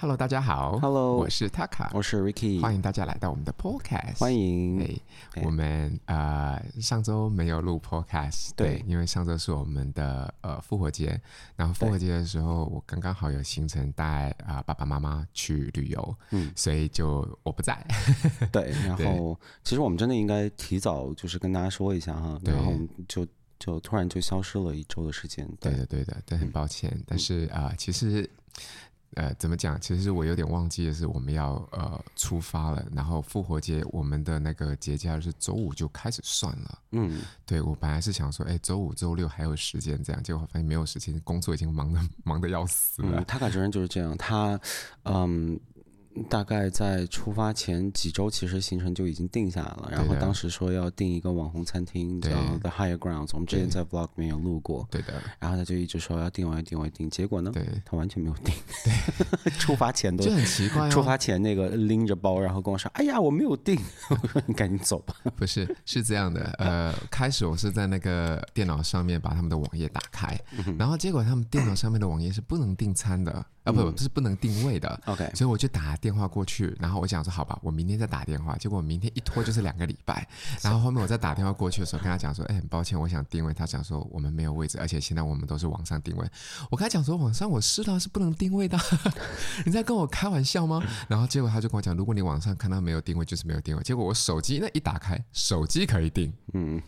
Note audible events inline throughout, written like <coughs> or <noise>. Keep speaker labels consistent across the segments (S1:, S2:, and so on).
S1: Hello，大家好
S2: Hello，
S1: 哦我是 Taka，
S2: 我是 Ricky，
S1: 欢迎大家来到我们的 Podcast，
S2: 欢。迎。
S1: 哎，
S2: 哎
S1: 我们呃上周没有录 Podcast，
S2: 对
S1: 因为上周是我们的呃复活节，然后复活节的时候我刚刚好有行程带啊、呃爸爸妈妈去旅游，
S2: 嗯
S1: 所以就我不在， <laughs>
S2: 对，然
S1: 对
S2: 后其实我们真的应该提早就是跟大家说一下哈，
S1: 对
S2: 然后我们就就突然就消失了一周的时间。
S1: 对的，对的，但很抱歉。但是啊、呃其实呃，怎么讲？其实我有点忘记的是，我们要呃出发了。然后复活节，我们的那个节假日是周五就开始算了。
S2: 嗯，
S1: 对我本来是想说，哎，周五、周六还有时间这样，结果发现没有时间，工作已经忙的 <laughs> 忙的要死了。
S2: 嗯，他卡这人就是这样，他嗯。大概在出发前几周，其实行程就已经定下来了。然
S1: 对
S2: 后
S1: 的
S2: 当时说要订一个网红餐厅，
S1: 对
S2: 叫 The Higher Grounds。我们之前在 Vlog 里面有录过，
S1: 对的，
S2: 然后他就一直说要订，我要订，我要订。结果呢，
S1: 对，
S2: 他完全没有订。 <laughs> 出发前都
S1: 就很奇怪、哦。
S2: 出发前那个拎着包，然后跟我说：“哎呀，我没有订。” <laughs> 我说：“你赶紧走吧。
S1: 不是，是这样的，呃，开始我是在那个电脑上面把他们的网页打开，
S2: 嗯
S1: 然后结果他们电脑上面的网页是不能订餐的，啊，
S2: 嗯
S1: 不，不是不能定位的。
S2: ”OK，
S1: 所以我就打电话过去，然后我想说好吧，我明天再打电话。结果明天一拖 <laughs> 就是两个礼拜，然后后面我再打电话过去的时候，跟他讲说，哎、很抱歉，我想定位。他讲说我们没有位置，而且现在我们都是网上定位。我跟他讲说网上我试到是不能定位的， <laughs> 你在跟我开玩笑吗？然后结果他就跟我讲，如果你网上看到没有定位，就是没有定位。结果我手机那一打开，手机可以定，
S2: 嗯，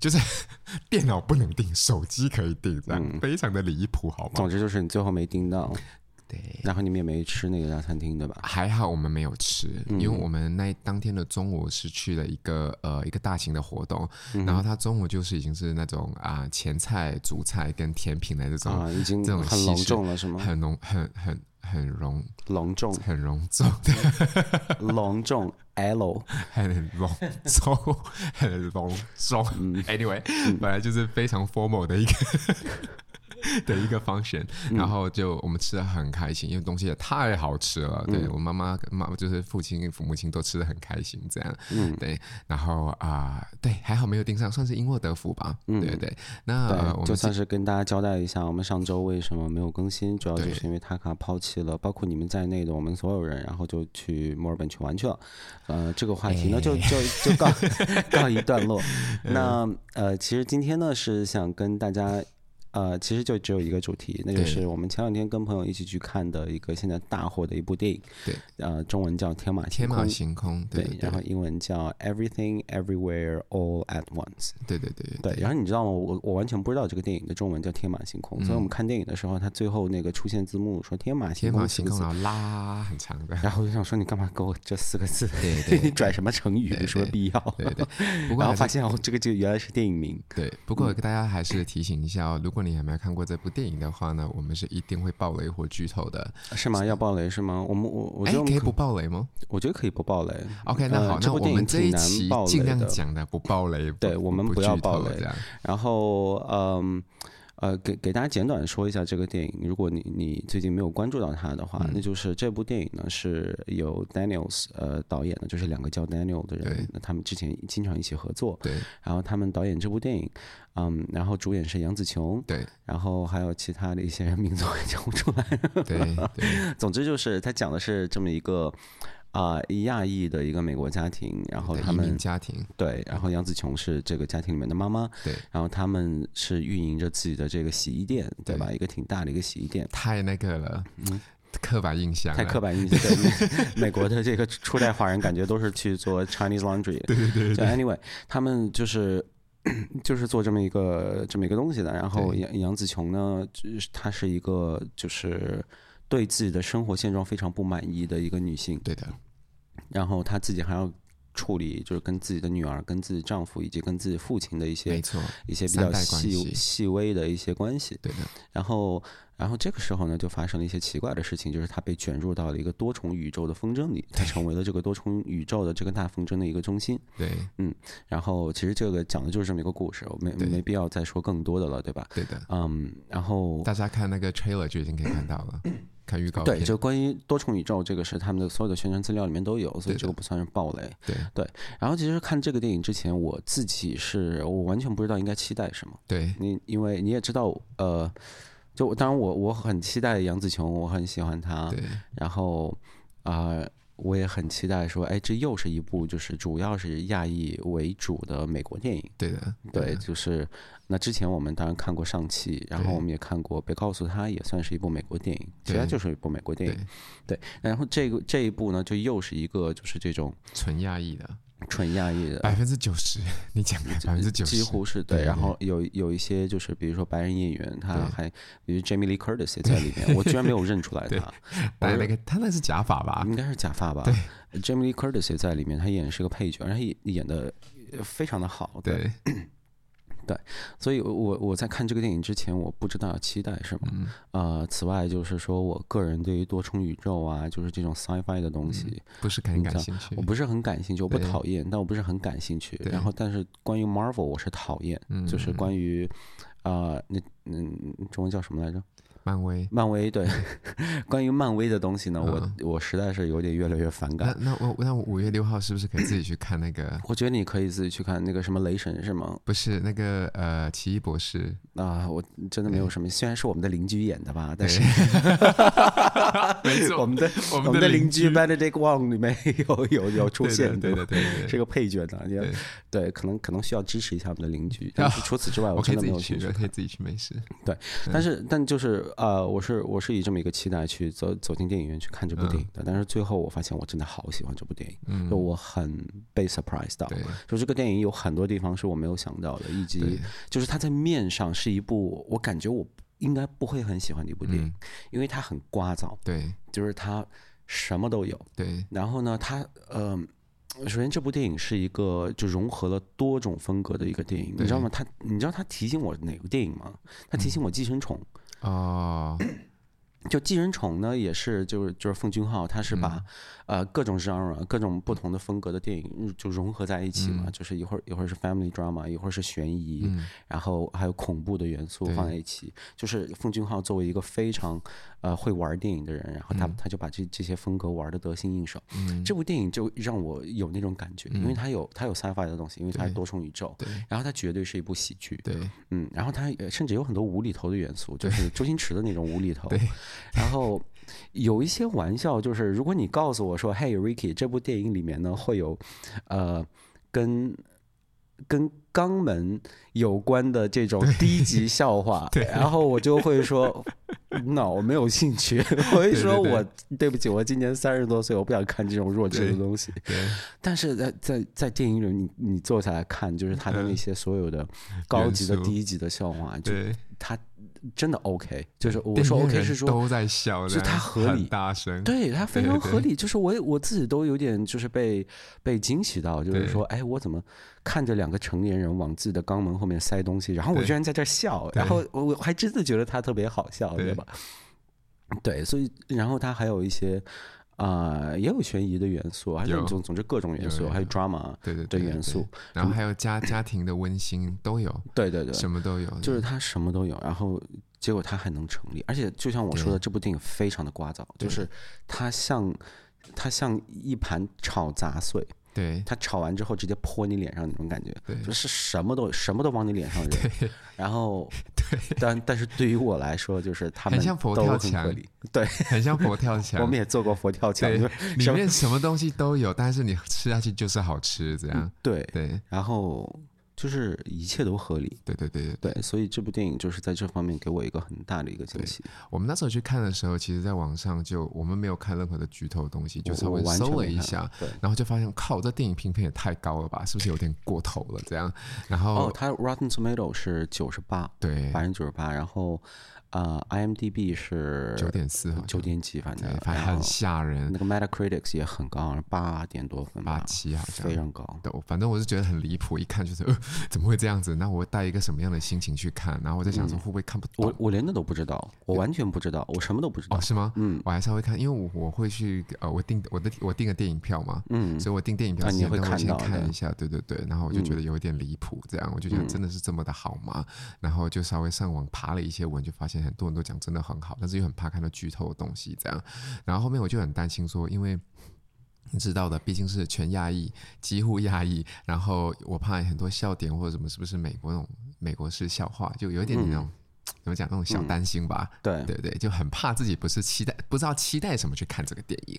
S1: 就是 <laughs> 电脑不能定，手机可以定，这样、非常的离谱，好吗？
S2: 总之就是你最后没订到，
S1: 嗯对。
S2: 然后你们也没吃那个家餐厅，对吧？
S1: 还好我们没有吃，因为我们那当天的中午是去了一个呃一个大型的活动，然后他中午就是已经是那种啊、前菜、主菜跟甜品的这种、
S2: 啊，已经
S1: 这种
S2: 很
S1: 西
S2: 隆
S1: 式
S2: 重了，是吗？
S1: 很隆很很很隆，
S2: 隆重
S1: <laughs> 很隆重的，
S2: 隆重，L，
S1: 很隆
S2: <laughs>
S1: 重，很隆重。anyway，、本
S2: 嗯
S1: 来就是非常 formal
S2: <laughs>
S1: 的一个的一个 function，、然
S2: 嗯
S1: 后就我们吃的很开心，因为东西也太好吃了。
S2: 嗯
S1: 对我妈妈、妈妈就是父亲、父母亲都吃的很开心，这样。嗯，对。然后啊、对，还好没有订上，算是因祸得福吧。对对对。那、呃、我们
S2: 嗯对，就
S1: 今
S2: 算是跟大家交代一下，我们上周为什么没有更新，主要就是因为塔卡抛弃了包括你们在内的我们所有人，然后就去墨尔本去玩去了。呃，这个话题呢，
S1: 哎
S2: 就就
S1: <laughs>
S2: 就告告一段落。
S1: 嗯
S2: 那呃，其实今天呢是想跟大家。呃，其实就只有一个主题，那就
S1: 对
S2: 是我们前两天跟朋友一起去看的一个现在大火的一部电影，
S1: 对，
S2: 呃，中文叫《天马
S1: 天
S2: 行空
S1: 马》，行空，对对
S2: 对，然后英文叫《Everything Everywhere All at Once》。
S1: 对对对
S2: 对，然后你知道吗？我我完全不知道这个电影的中文叫《天马行空》，所以我们看电影的时候，它最后那个出现字幕说“天马行
S1: 嗯天
S2: 空”
S1: 马
S2: 四
S1: 行
S2: 个
S1: 空，啊然
S2: 字，
S1: 后拉很长的。
S2: 然后我就想说你干嘛给我这四个字？
S1: 对对
S2: <laughs> 你转什么成语？有什么必要？
S1: 对
S2: <laughs>
S1: 对，不过还
S2: 然后
S1: 是
S2: 发现哦，这个就原来是电影名。
S1: 对，不过大家还是提醒一下哦，如果你还没有看过这部电影的话呢，我们是一定会爆雷或剧透的。
S2: 是吗？要爆雷是吗？我们我我
S1: 哎，
S2: 觉得我
S1: 可
S2: 们
S1: 以
S2: 可
S1: 不爆雷吗
S2: 我觉得可以不爆雷。
S1: ？OK，那
S2: 呃
S1: 好，
S2: 这
S1: 那
S2: 部
S1: 我
S2: 电
S1: 们
S2: 影
S1: 这
S2: 挺
S1: 一
S2: 难
S1: 期
S2: 爆
S1: 尽
S2: 雷
S1: 量
S2: 的
S1: 讲的不爆雷，不
S2: 对我们
S1: 不
S2: 不要
S1: 剧
S2: 爆
S1: 透
S2: 雷
S1: 这样。
S2: 然后嗯。呃，给给大家简短说一下这个电影。如果你你最近没有关注到它的话，
S1: 嗯
S2: 那就是这部电影呢是由 Daniels 呃导演的，就是两个叫 Daniel 的
S1: 对
S2: 人，那他们之前经常一起合作， <laughs>
S1: 对
S2: 然后他们导演这部电影，嗯，然后主演是杨紫琼，
S1: 对
S2: 然后还有其他的一些人名字我也叫不出来。
S1: 对对，
S2: 总之就是他讲的是这么一个啊、亚裔的一个美国家庭，然后
S1: 对
S2: 他
S1: 移
S2: 们
S1: 民家庭，
S2: 对，然后杨紫琼是这个家庭里面的妈妈，
S1: 对，
S2: 然后他们是运营着自己的这个洗衣店，对吧？一个挺大的一个洗衣店，
S1: 太那个了，刻板印象了，
S2: 嗯太刻
S1: <laughs>
S2: 板印象，对美国的这个初代华人感觉都是去做 Chinese
S1: <laughs>
S2: laundry，对对对就 anyway，他们就是。 <coughs> 就是做这么一个这么一个东西的，然后
S1: 对
S2: 杨杨紫琼呢，就是她是一个就是对自己的生活现状非常不满意的一个女性，
S1: 对的，
S2: 然后她自己还要处理就是跟自己的女儿、跟自己丈夫以及跟自己父亲的一些
S1: 没错，
S2: 一些比
S1: 三
S2: 较
S1: 代关系
S2: 细细微的一些关系。
S1: 对的，
S2: 然后，然后这个时候呢，就发生了一些奇怪的事情，就是他被卷入到了一个多重宇宙的风筝里，他成为了这个多重宇宙的这个大风筝的一个中心。
S1: 对
S2: 然后，其实这个讲的就是这么一个故事，我没
S1: 对
S2: 没必要再说更多的了，对吧？
S1: 对的，
S2: 嗯，然后。
S1: 大家看那个 trailer 就已经可以看到
S2: <clears throat>
S1: 了，看预告
S2: 对，
S1: 片
S2: 就关于多重宇宙这个是他们的所有的宣传资料里面都有，所以这个不算是暴雷。
S1: 对
S2: 然后其实看这个电影之前，我自己是我完全不知道应该期待什么。
S1: 对
S2: 你因为你也知道，呃，就当然我我很期待杨紫琼，我很喜欢她，
S1: 对，
S2: 然后啊、呃我也很期待说，哎，这又是一部就是主要是亚裔为主的美国电影。
S1: 对的，
S2: 对，就是那之前我们当然看过《上汽》，然后
S1: 对
S2: 我们也看过《别告诉他》，也算是一部美国电影，其
S1: 对
S2: 实它就是一部美国电影
S1: 对。
S2: 对，然后这个这一部呢，就又是一个就是这种
S1: 纯亚裔的，
S2: 纯亚裔的，
S1: 百分之九十， <laughs> 你讲的百分之九十，
S2: 几
S1: <laughs>
S2: 乎是对。
S1: 哎对
S2: 然
S1: 对
S2: 后有有一些就是，比如说白人演员，他
S1: 对
S2: 还比如 Jamie Lee Curtis 也在里面，我居然没有认出来
S1: 对
S2: 他，
S1: 戴那个他那是假发吧？
S2: 应该是假发吧？Jamie Lee Curtis 也在里面，他演的是个配角，而且演演的非常的好。，
S1: 对，
S2: 所以我我在看这个电影之前，我不知道要期待什么。
S1: 嗯，
S2: 呃，此外就是说我个人对于多重宇宙啊，就是这种 sci-fi 的东西，
S1: 不是很
S2: 你
S1: 感
S2: 知道
S1: 兴趣
S2: 我。不是很感兴趣，我不
S1: 嗯对
S2: 讨厌，但我不是很感兴趣。
S1: 对
S2: 然后，但是关于 Marvel 我是讨厌，
S1: 嗯
S2: 就是关于啊、呃那嗯，中文叫什么来着？
S1: 漫威，
S2: 漫威
S1: <laughs>
S2: 对，关于漫威的东西呢，
S1: 嗯
S2: 我我实在是有点越来越反
S1: 那
S2: 感。
S1: 那我那我五月六号是不是可以自己去看那个？
S2: 我觉得你可以自己去看那个什么雷神是吗？
S1: 不是那个呃，奇异博士，
S2: 啊，我真的
S1: 嗯
S2: 没有什么，虽然是我们的邻居演的吧，但是 <laughs>
S1: 没错
S2: 我们的
S1: 我们的
S2: 们的
S1: 邻
S2: 邻居 Benedict Wong 里面有有有出
S1: 对的
S2: 现，
S1: 对的
S2: 吧？
S1: 对的
S2: 是
S1: 对的。
S2: 个配角呢，也
S1: 对啊
S2: 对，可能可能需要支持一下我们的邻居。但是除此之外，
S1: 我可
S2: 啊真
S1: 以
S2: 的
S1: 自
S2: 没
S1: 己
S2: 有
S1: 去
S2: 兴趣
S1: 的，。可以自己去，没事。
S2: 但是但就是呃，我是我是以这么一个期待去走走进电影院去看这部电影的，但是最后我发现我真的好喜欢这部电影，
S1: 嗯
S2: 就，我啊很被 surprise 到。
S1: 对
S2: 就这个电影有很多地方是我没有想到的，以及
S1: 对，
S2: 就是它在面上是一部我感觉我应该不会很喜欢的一部电影，
S1: 嗯
S2: 因为它很聒噪，
S1: 对
S2: 就是它什么都有。
S1: 对
S2: 然后呢，它呃，首先这部电影是一个就融合了多种风格的一个电影，你知道吗？它你知道它提醒我哪个电影吗？它提醒
S1: 嗯
S2: 我《寄生虫》
S1: 哦，
S2: 就《寄生虫》呢，也是就是就是奉俊昊，他是把、
S1: 嗯
S2: 呃各种 genre、各种不同的风格的电影就融合在一起嘛，就是一会儿一会儿是 family drama，一会儿是悬疑，
S1: 嗯
S2: 然后还有恐怖的元素
S1: 对
S2: 放在一起。就是奉俊昊作为一个非常呃会玩电影的人，然后他、他就把这这些风格玩的得心应手。
S1: 嗯，
S2: 这部电影就让我有那种感觉，因为它有它有 sci-fi 的东西，因为它是
S1: 对
S2: 多重宇宙，
S1: 对
S2: 然后它绝对是一部喜剧，
S1: 对
S2: 嗯，然后它呃甚至有很多无厘头的元素，就是周星驰的那种无厘头
S1: <laughs> 对，
S2: 然后有一些玩笑，就是如果你告诉我说，嘿，Ricky，这部电影里面呢会有，呃，跟跟肛门有关的这种低级
S1: <laughs>
S2: 笑话，然后我就会说，no，我没有兴趣，我会说
S1: 对对
S2: 我对不起，我今年三十多岁，我不想看这种弱智的
S1: 对
S2: 东西。
S1: 对，
S2: 但是在在在电影里，你你坐下来看，就是他的那些所有的高级的、
S1: 嗯元素
S2: 低级的笑话，就
S1: 对，
S2: 他真的 OK，就是我
S1: 电
S2: 说
S1: 影
S2: OK
S1: 人
S2: 是说
S1: 都在笑的，
S2: 是它合
S1: 很
S2: 理
S1: 大声，
S2: 对它非
S1: 对
S2: 常
S1: 对
S2: 合理，就是我也我自己都有点就是被被惊喜到，就是
S1: 对
S2: 说，哎，我怎么看着两个成年人往自己的肛门后面塞东西，然后我
S1: 对
S2: 居然在这儿笑，然后我我还真的觉得他特别好笑，对
S1: 对
S2: 吧？对，所以然后他还有一些啊、呃也有悬疑的元素，还有
S1: 有
S2: 总总之各种元
S1: 有
S2: 素，
S1: 有
S2: 还有
S1: 有
S2: drama
S1: 对对
S2: 的
S1: 对
S2: 元素，，
S1: 对然后还有家家庭的温馨都有，
S2: 对对对，
S1: 什么都有，
S2: 就是他什么都有，然后结果他还能成立，而且就像我说的，这部电影非常的聒噪，就是它像它像一盘炒杂碎，
S1: 对
S2: 它炒完之后直接泼你脸上那种感觉，
S1: 对
S2: 就是什么都什么都往你脸上扔，然后对，但但是对于我来说，就是他们
S1: 很像佛
S2: 都
S1: 跳
S2: 很
S1: 墙
S2: 合理，对，
S1: <laughs> 很像佛跳墙，
S2: <laughs> 我们也做过佛跳墙，
S1: 对
S2: 就是
S1: 里
S2: 什么
S1: 面什么东西都有，但是你吃下去就是好吃，这样，
S2: 对，
S1: 对
S2: 然后就是一切都合理。
S1: 对对对对。
S2: 对，所以这部电影就是在这方面给我一个很大的一个惊喜。
S1: 我们那时候去看的时候，其实在网上就我们没有看任何的剧透的东西，就
S2: 我
S1: 稍
S2: 我
S1: 微
S2: 完全
S1: 搜了
S2: 没
S1: 一
S2: 看
S1: 下，
S2: 对
S1: 然后就发现靠，这电影评分也太高了吧，是不是有点过头了？这样，然后、
S2: 哦，它 Rotten Tomato 是九十八，
S1: 对
S2: 百分之九十八，然后呃，IMDB 是
S1: 九点四，
S2: 九点几，反正
S1: 对，反正
S2: 然后
S1: 很吓人
S2: 那，个 Metacritic 也很高，八点多分
S1: 八
S2: 吧，
S1: 七好像哦
S2: 非。常高。
S1: 对，反正我是觉得很离谱，一看就是、呃、怎么会这样子？那我带一个什么样的心情去看？然后我在
S2: 嗯
S1: 想说会不会看不懂？
S2: 我我连那都不知道，我完全不知道，我什么都不知道
S1: 哦，。是吗？
S2: 嗯
S1: 我还稍微看，因为我我会去呃，我订我的我订个电影票嘛，
S2: 嗯，
S1: 所以我订电影票
S2: 啊
S1: 之
S2: 你
S1: 前
S2: 会
S1: 都会
S2: 看
S1: 先
S2: 到的
S1: 看一下，对对对，然后我就觉得有一点离谱，这样我就想
S2: 嗯
S1: 真的是这么的好吗？然后就稍微上网爬了一些文，就发现很多人都讲真的很好，但是又很怕看到剧透的东西这样。然后后面我就很担心说，因为。你知道的，毕竟是全亚裔，几乎亚裔，然
S2: 嗯
S1: 后我怕很多笑点或者什么，是不是美国那种美国式笑话，就有一点点那种怎么讲那种小担心吧，
S2: 对
S1: 对对，就很怕自己不是期待，不知道期待什么去看这个电影，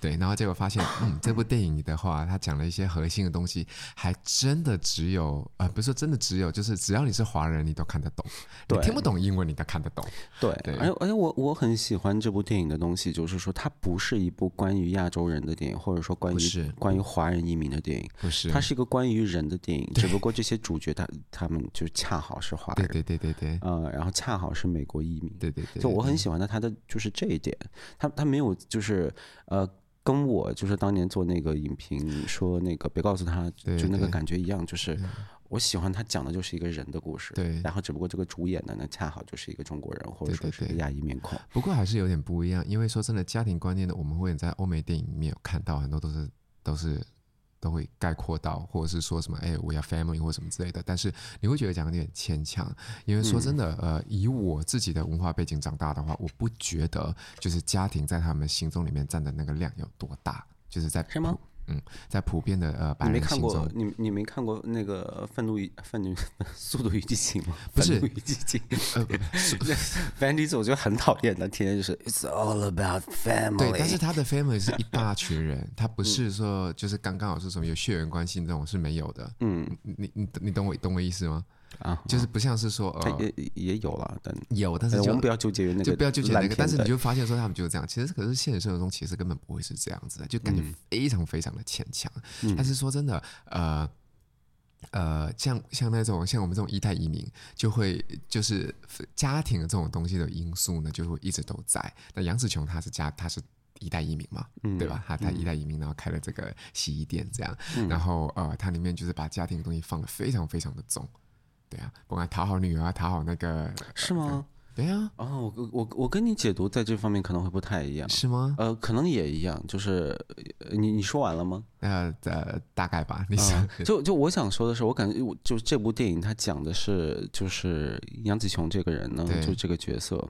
S1: 对，然后结果发现，嗯，这部电影的话，它讲了一些核心的东西，还真的只有，呃，不是说真的只有，就是只要你是华人，你都看得懂，你
S2: 对
S1: 听不懂英文，你都看得懂，
S2: 对哎
S1: 对，
S2: 而且而且我我很喜欢这部电影的东西，就是说它不是一部关于亚洲人的电影，或者说关
S1: 不
S2: 于
S1: 是
S2: 关于华人移民的电影，
S1: 不是
S2: 它，是一个关于人的电影，只不过这些主角他他们就恰好是华
S1: 对
S2: 人，
S1: 对对对对
S2: 呃，然后恰好是美国移民，
S1: 对对对，
S2: 就我很喜欢的他的就是这一点，他他没有就是呃。跟我就是当年做那个影评说那个别告诉他，
S1: 对
S2: 就那个
S1: 对
S2: 感觉一样，就是我喜欢他讲的就是一个人的故事，
S1: 对
S2: 然后只不过这个主演呢，那恰好就是一个中国人，或者
S1: 对
S2: 说
S1: 对
S2: 是一个
S1: 对
S2: 亚裔面孔，
S1: 不过还是有点不一样，因为说真的，家庭观念的我们会在欧美电影里面有看到很多都是都是都会概括到，或者是说什么哎，我要 family 或什么之类的，但是你会觉得讲得有点牵强，因为说真的，
S2: 嗯
S1: 呃，以我自己的文化背景长大的话，我不觉得就是家庭在他们心中里面占的那个量有多大，就是在
S2: 是吗
S1: 普？嗯，在普遍的呃白
S2: 你没
S1: 人
S2: 看
S1: 心
S2: 过
S1: 中，
S2: 你你没看过那个《愤怒与 <laughs> 愤怒速度与激情》吗？
S1: 不
S2: 愤
S1: 是呃
S2: 怒与激情》，Van <laughs> Diesel 就很讨厌的，天天就是 It's all about
S1: 对，但是
S2: family。
S1: 他的 family 是一大群
S2: <laughs>
S1: 人，他不
S2: 嗯
S1: 是说就是刚刚好是什么有血缘关系那种是没有的。嗯，你你你懂我懂我意思吗？
S2: 啊，
S1: 就是不像是说
S2: 他
S1: 呃
S2: 也也有了，但
S1: 有，但
S2: 呃
S1: 是
S2: 我
S1: 就
S2: 们不要纠结于那个，
S1: 就不要纠结那个，但是你就发现说他们就是这样。其实可是现实生活中其实根本不会是这样子的，就感觉
S2: 嗯
S1: 非常非常的牵强。但是说真的，呃。呃，像像那种像我们这种一代移民，就会就是家庭的这种东西的因素呢，就会一直都在。那杨紫琼她是家，她是一代移民嘛，
S2: 嗯
S1: 对吧？她她一代移民，然后开了这个洗衣店这样，
S2: 嗯
S1: 然后呃，它里面就是把家庭的东西放的非常非常的重，对啊，不管讨好女儿啊，讨好那个，
S2: 是吗？
S1: 对啊，
S2: 哦，我我我跟你解读在这方面可能会不太一样，
S1: 是吗？
S2: 呃，可能也一样，就是呃你你说完了吗？
S1: 呃呃，大概吧，你想、
S2: 啊，就就我想说的是，我感觉我就这部电影它讲的是，就是杨紫琼这个人呢，
S1: 对
S2: 就这个角色，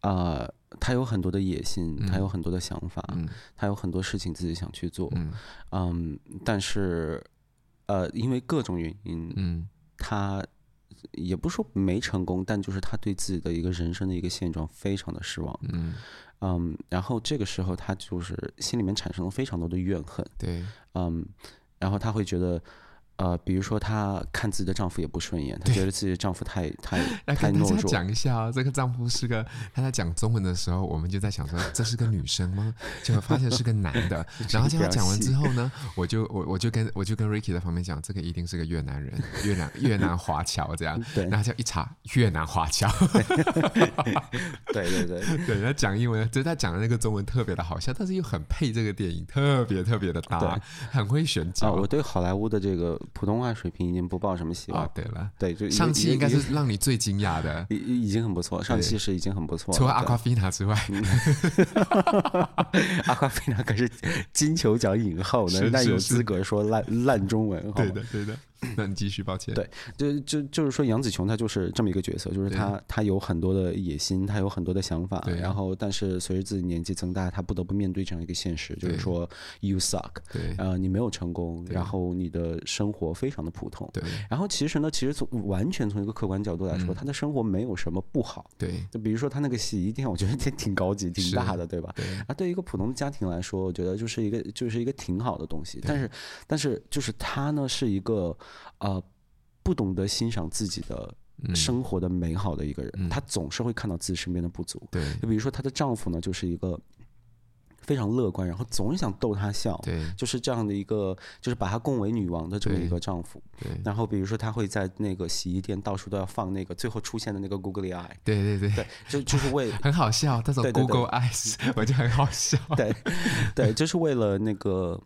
S2: 啊、她有很多的野心，她有很多的想法，
S1: 嗯
S2: 她有很多事情自己想去做，
S1: 嗯
S2: 嗯，但是，呃，因为各种原因，
S1: 嗯，
S2: 她也不是说没成功，但就是她对自己的一个人生的一个现状非常的失望，
S1: 嗯，
S2: 嗯，然后这个时候她就是心里面产生了非常多的怨恨。
S1: 对
S2: 嗯，然后她会觉得，呃，比如说她看自己的丈夫也不顺眼，她觉得自己的丈夫太
S1: <laughs>
S2: 太
S1: 来
S2: 太
S1: 跟大
S2: 懦
S1: 家
S2: 弱。
S1: 讲一下啊、这个丈夫是个，他在讲中文的时候，我们就在想说这是个女生吗？结果发现是个男的，然后
S2: <laughs> 这
S1: 结果
S2: 个表
S1: 讲完
S2: 戏
S1: 之后呢，我就我我就跟我就跟 Ricky 在旁边讲，这个一定是个越南人，越南越南华侨这样，
S2: 对
S1: 然后就一查越南华
S2: <laughs>
S1: 侨，
S2: 对对对，
S1: 对，他讲英文，就是他讲的那个中文特别的好笑，但是又很配这个电影，特别特别的搭，很会选
S2: 啊，
S1: 角。
S2: 我对好莱坞的这个普通话水平已经不抱什么希望。
S1: 哦，对了。
S2: 对，就已
S1: 上
S2: 已
S1: 期应该
S2: 已
S1: 是让你最惊讶的，
S2: 已已已经很不错，上
S1: 对
S2: 期是已经很不错了。
S1: 除了
S2: 对
S1: Aquafina 之外，
S2: <laughs> 阿夸菲娜可是金球奖影后呢，
S1: 是
S2: 那
S1: 是
S2: 有
S1: 是
S2: 资格说烂烂中文，好
S1: 对
S2: 吗
S1: 的对的。那你继续，抱歉。
S2: 对就就就是说，杨紫琼她就是这么一个角色，就是她她有很多的野心，她有很多的想法，
S1: 对
S2: 然后但是随着自己年纪增大，她不得不面对这样一个现实，就是
S1: 对
S2: 说 you suck，
S1: 对
S2: 呃，你没有成功，
S1: 对
S2: 然后你的生活非常的普通。
S1: 对
S2: 然后其实呢，其实从完全从一个客观角度来说，
S1: 嗯
S2: 她的生活没有什么不好。
S1: 对
S2: 就比如说她那个洗衣店，我觉得挺挺高级、挺
S1: 是
S2: 大的，对吧？
S1: 对
S2: 啊，对于一个普通的家庭来说，我觉得就是一个就是一个挺好的东西。但是，但是就是他呢是一个呃不懂得欣赏自己的
S1: 嗯
S2: 生活的美好的一个人，
S1: 嗯
S2: 他总是会看到自己身边的不足。
S1: 对
S2: 就比如说她的丈夫呢，就是一个非常乐观，然后总是想逗她笑。
S1: 对
S2: 就是这样的一个，就是把她供为女王的这么一
S1: 对
S2: 个丈夫。
S1: 对
S2: 然后，比如说她会在那个洗衣店到处都要放那个最后出现的那个 googly eye，
S1: 对对对，
S2: 对，就就是为
S1: 很好笑。那种
S2: 对对对
S1: Google Eyes 我就很好笑。
S2: <laughs> 对，对，就是为了那个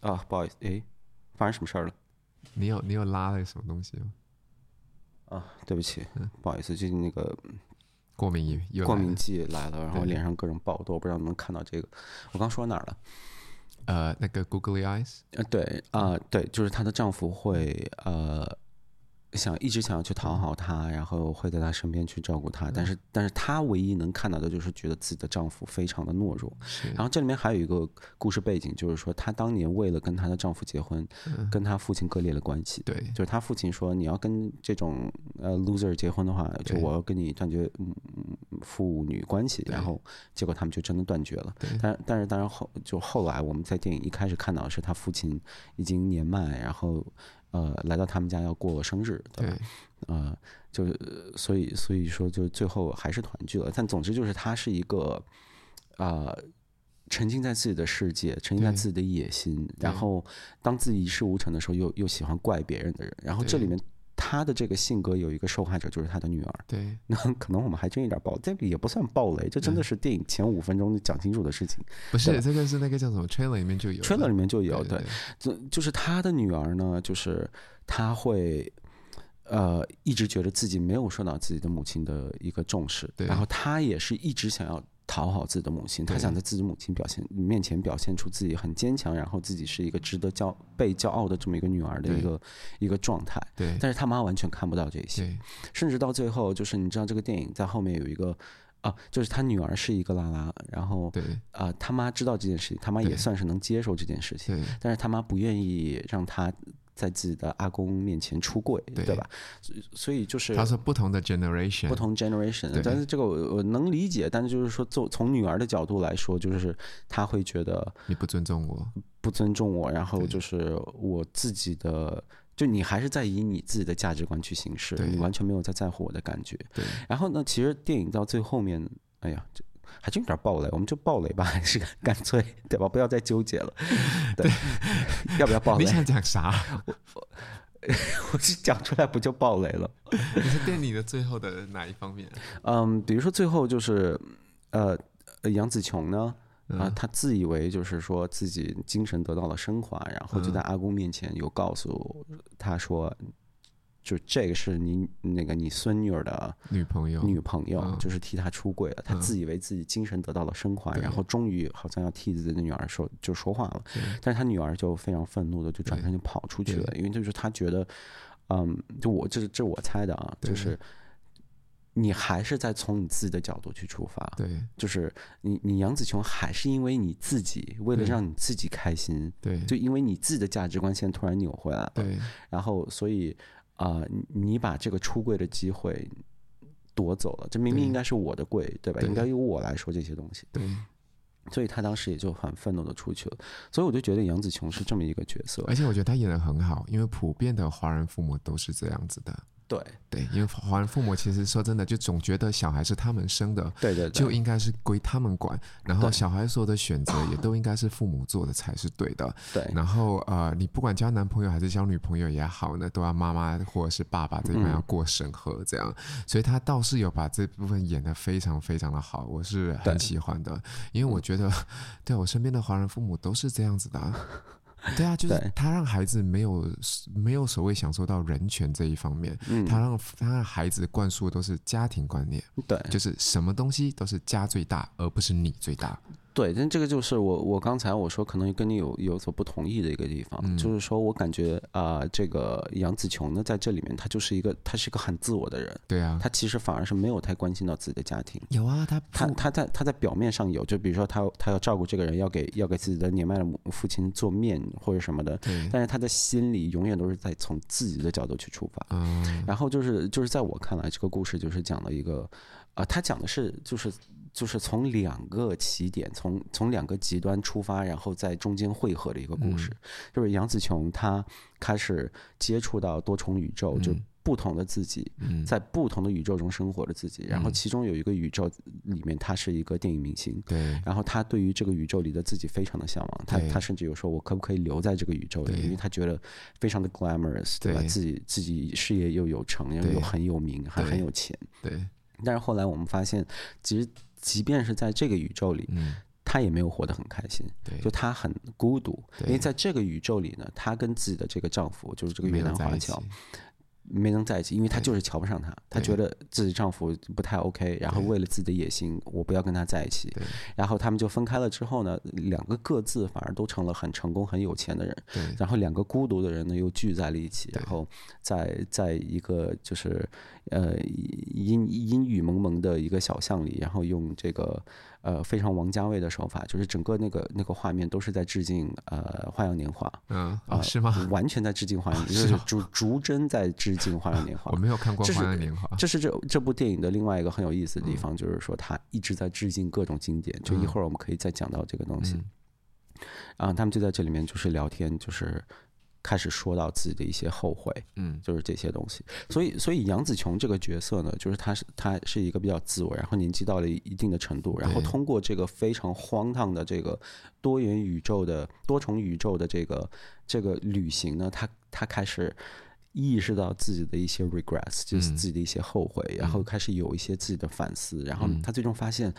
S2: 啊，不好意思，诶，发生什么事儿了？
S1: 你有你有拉了什么东西吗？
S2: 啊，对不起，不好意思，最近那个
S1: 过敏也又来
S2: 过敏
S1: 了
S2: 季来了，然后
S1: 对
S2: 脸上各种爆痘，我不知道你们看到这个。我刚说哪儿了？
S1: 呃，
S2: 呃嗯
S1: 那个 Googly Eyes
S2: 呃，对啊、对，就是她的丈夫会呃想一直想要去讨好她，然后会在她身边去照顾她，但是但是她唯一能看到的就是觉得自己的丈夫非常的懦弱。
S1: 是
S2: 然后这里面还有一个故事背景，就是说她当年为了跟她的丈夫结婚，跟她父亲割裂了关系。
S1: 对
S2: 就是她父亲说，你要跟这种呃 loser 结婚的话，就
S1: 对
S2: 我要跟你断绝嗯嗯父女关系。然后结果他们就真的断绝了。但但是当然后就后来我们在电影一开始看到的是她父亲已经年迈，然后呃来到他们家要过生日，对吧？
S1: 对
S2: 呃，就是呃所以所以说就最后还是团聚了。但总之就是她是一个呃。沉浸在自己的世界，沉浸在
S1: 对
S2: 自己的野心，然
S1: 对
S2: 后当自己一事无成的时候，又又喜欢怪别人的人。然后这
S1: 对
S2: 里面她的这个性格有一个受害者，就是她的女儿。 <laughs>
S1: 对
S2: 那可能我们还真有点爆，这个也不算暴雷，这
S1: 嗯
S2: 真的是电影前五分钟就讲清楚的事情。
S1: 不
S2: 对
S1: 是
S2: 吧
S1: 这个是那个叫什么 trailer 里面就有
S2: trailer 里面就有，
S1: 对
S2: 对，就就是他的女儿呢，就是她会。呃，一直觉得自己没有受到自己的母亲的一个重视，
S1: 对
S2: 然后她也是一直想要讨好自己的母亲，她
S1: 对
S2: 想在自己母亲表现面前表现出自己很坚强，然后自己是一个值得骄被骄傲的这么一个女儿的一
S1: 对
S2: 个一个状态，
S1: 对对
S2: 但是她妈完全看不到这些，
S1: 对
S2: 甚至到最后就是你知道这个电影在后面有一个啊，就是她女儿是一个拉拉，然后
S1: 对
S2: 啊、他妈知道这件事情，他妈也
S1: 对
S2: 算是能接受这件事情，
S1: 对
S2: 但是他妈不愿意让他在自己的阿公面前出柜，对
S1: 对
S2: 吧？所以所以就是
S1: 他说不同的 generation，
S2: 不同 generation，
S1: 对
S2: 但是这个我我能理解，但是就是说，从从女儿的角度来说，就是她会觉得
S1: 你不尊重我，
S2: 不尊重我，然后就是我自己的。就你还是在以你自己的价值观去行事，
S1: 对
S2: 你完全没有在在乎我的感觉。
S1: 对
S2: 然后呢，其实电影到最后面，哎呀，这还真有点暴雷，我们就暴雷吧， <laughs> 还是干脆对吧？不要再纠结了， <laughs> 对，要不要暴
S1: 你
S2: 雷？
S1: 想讲
S2: <laughs>
S1: 啥？
S2: 我是讲出来不就暴雷了？
S1: 你是电影的最后的哪一方面？
S2: 嗯，比如说最后就是，呃，呃杨紫琼呢，
S1: 嗯
S2: 啊、她自以为就是说自己精神得到了升华，然后就在阿公面前有告诉他说。就这个是你那个你孙女儿的
S1: 女朋友，
S2: 女朋友
S1: 嗯
S2: 就是替他出轨了，他自以为自己精神得到了升华，
S1: 对
S2: 然后终于好像要替自己的女儿说就说话了，但是他女儿就非常愤怒的就转身就跑出去了，因为就是他觉得，嗯，就我这这我猜的啊，
S1: 对
S2: 就是你还是在从你自己的角度去出发，
S1: 对
S2: 就是你你杨紫琼还是因为你自己为了
S1: 对
S2: 让你自己开心，
S1: 对
S2: 就因为你自己的价值观现在突然扭回来了，
S1: 对
S2: 然后所以啊、呃你你把这个出柜的机会夺走了，这明明
S1: 对
S2: 应该是我的柜，对吧？
S1: 对
S2: 应该由我来说这些东西，
S1: 对，
S2: 所以他当时也就很愤怒的出去了。所以我就觉得杨紫琼是这么一个角色，
S1: 而且我觉得他演的很好，因为普遍的华人父母都是这样子的。
S2: 对
S1: 对，因为华人父母其实说真的，就总觉得小孩是他们生的，
S2: 对对
S1: 就
S2: 对，
S1: 应该是归他们管，然后
S2: 对
S1: 小孩所有的选择也都应该是父母做的才是对的。
S2: 对
S1: 然后呃，你不管交男朋友还是交女朋友也好呢，都要妈妈或者是爸爸这一关要过审核这样。
S2: 嗯
S1: 所以他倒是有把这部分演得非常非常的好，我是
S2: 对
S1: 很喜欢的，因为我觉
S2: <laughs>
S1: 得对我身边的华人父母都是这样子的啊、对啊，就是
S2: 对
S1: 他让孩子没有没有所谓享受到人权这一方面，
S2: 嗯
S1: 他让他让孩子灌输的都是家庭观念，
S2: 对
S1: 就是什么东西都是家最大，而不是你最大。
S2: 对，但这个就是我我刚才我说可能跟你有有所不同意的一个地方，
S1: 嗯
S2: 就是说我感觉啊、这个杨紫琼呢在这里面她就是一个她是一个很自我的人，
S1: 对啊，
S2: 她其实反而是没有太关心到自己的家庭。
S1: 有啊，他
S2: 他
S1: 父
S2: 他在他在表面上有，就比如说他他要照顾这个人，要给要给自己的年迈的母父亲做面或者什么的，
S1: 对，
S2: 但是他的心里永远都是在从自己的角度去出发。
S1: 嗯，
S2: 然后就是就是在我看来，这个故事就是讲了一个，啊，他讲的是就是就是从两个起点，从从两个极端出发，然后在中间汇合的一个故事。就是杨紫琼她开始接触到多重宇宙，就不同的自己，
S1: 嗯
S2: 在不同的宇宙中生活的自己。然后
S1: 嗯
S2: 其中有一个宇宙里面，她是一个电影明星。
S1: 对
S2: 然后她对于这个宇宙里的自己非常的向往，她
S1: 对
S2: 她甚至有说，我可不可以留在这个宇宙里？
S1: 对
S2: 因为她觉得非常的 glamorous，对吧？
S1: 对
S2: 自己自己事业又有成，又
S1: 对
S2: 又很有名，还
S1: 对
S2: 很有钱。
S1: 对，
S2: 但是后来我们发现，其实即便是在这个宇宙里，
S1: 嗯，
S2: 她也没有活得很开心，
S1: 对，
S2: 就她很孤独。因
S1: 对
S2: 为在这个宇宙里呢，她跟自己的这个丈夫，就是这个
S1: 没
S2: 越
S1: 有
S2: 南
S1: 在
S2: 华
S1: 一起
S2: 侨，没能在一起，因为她就是瞧不上他，她觉得自己丈夫不太 OK，然后为了自己的野心，我不要跟他在一起。
S1: 对
S2: 然后他们就分开了之后呢，两个各自反而都成了很成功、很有钱的人，
S1: 对
S2: 然后两个孤独的人呢又聚在了一起，然后在在一个就是呃阴阴雨蒙蒙的一个小巷里，然后用这个呃非常王家卫的手法，就是整个那个那个画面都是在致敬呃《花样年华》
S1: 嗯，
S2: 啊
S1: 哦，是吗？
S2: 完全在致敬《花样年华》，就是竹竹真在致敬《花样年华
S1: 我》。没有看过
S2: 这
S1: 《
S2: 是
S1: 花样年华》，
S2: 这是这这部电影的另外一个很有意思的地方，就是说它一直在致敬各种经典。就一会儿我们可以再讲到这个东西。然后他们就在这里面就是聊天，就是开始说到自己的一些后悔，
S1: 嗯，
S2: 就是这些东西。所以，所以杨紫琼这个角色呢，就是她是她是一个比较自我，然后年纪到了一定的程度，然后通过这个非常荒唐的这个多元宇宙的多重宇宙的这个这个旅行呢，她她开始。意识到自己的一些 regrets，就是自己的一些后悔，然后开始有一些自己的反思，然后她最终发现，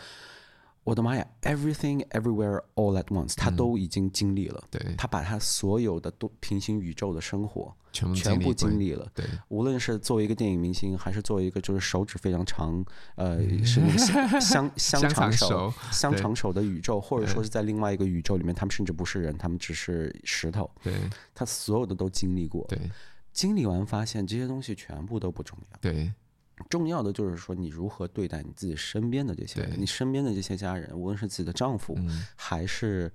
S2: 我的妈呀，everything everywhere all at once，她都已经经历了，
S1: 对，
S2: 她把她所有的都平行宇宙的生活
S1: 全部
S2: 全部
S1: 过
S2: 经历了，
S1: 对，
S2: 无论是作为一个电影明星，还是作为一个就是手指非常长，呃，是那个
S1: <laughs>
S2: 香香香
S1: 嗯香
S2: 肠
S1: 肠
S2: 手
S1: 手、
S2: 香
S1: 对
S2: 肠手的宇宙，或者说是在另外一个宇宙里面，他们甚至不是人，他们只是石头。
S1: 对，
S2: 他所有的都经历过，
S1: 对，
S2: 经历完发现这些东西全部都不重要，
S1: 对，
S2: 重要的就是说你如何对待你自己身边的这些人，
S1: 对
S2: 你身边的这些家人，无论是自己的丈夫，
S1: 嗯，
S2: 还是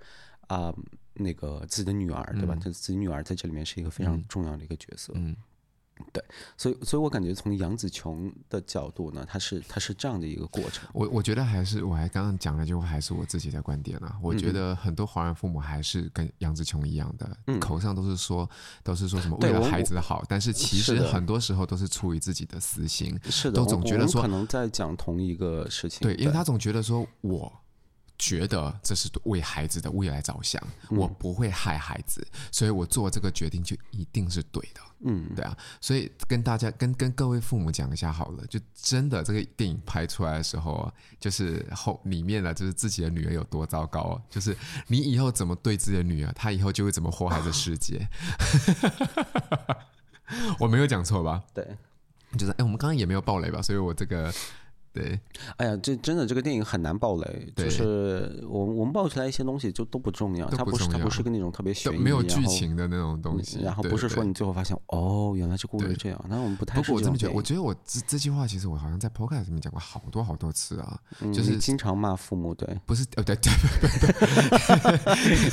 S2: 啊、那个自己的女儿，对吧？
S1: 嗯
S2: 她自己女儿在这里面是一个非常重要的一个角色。
S1: 嗯，
S2: 对，所以所以我感觉从杨紫琼的角度呢，她是她是这样的一个过程。
S1: 我我觉得还是我还刚刚讲了，就还是我自己的观点啊。我
S2: 嗯
S1: 觉得很多华人父母还是跟杨紫琼一样的，口上都是说都是说什么
S2: 嗯对
S1: 为了
S2: 我
S1: 孩子的好，但是其实
S2: 是的
S1: 很多时候都是出于自己的私心。
S2: 是的，
S1: 都
S2: 我
S1: 总觉
S2: 我
S1: 得
S2: 们
S1: 说
S2: 可能在讲同一个事情。
S1: 对，因为他总觉得说我。觉得这是为孩子的未来着想，我不会害孩子，所以我做这个决定就一定是对的。
S2: 嗯，
S1: 对啊，所以跟大家跟跟各位父母讲一下好了，就真的这个电影拍出来的时候啊，就是后里面了，就是自己的女儿有多糟糕啊，就是你以后怎么对自己的女儿，她以后就会怎么祸害这世界。我没有讲错吧？
S2: 对。
S1: 就是哎、我们刚刚也没有爆雷吧，所以我这个对
S2: 哎呀，这真的这个电影很难爆雷，就
S1: 对
S2: 是我们我们爆出来一些东西就都不重要，
S1: 都
S2: 它
S1: 不
S2: 不是
S1: 重
S2: 它不
S1: 要
S2: 是个那种特别
S1: 都
S2: 悬疑，
S1: 没有
S2: 然
S1: 剧
S2: 后嗯
S1: 情的那种东西，
S2: 然后
S1: 对
S2: 不是
S1: 对
S2: 说你最后发现哦，原来这故事这样，那我们不太
S1: 不
S2: 是
S1: 过我
S2: 这
S1: 真
S2: 种
S1: 的觉得，
S2: 电
S1: 我
S2: 影。
S1: 觉得我这这句话其实我好像在 podcast 里面讲过好多好多次啊，
S2: 嗯
S1: 就
S2: 你
S1: 是
S2: 经常骂父母，对
S1: 不是呃对 <laughs> 对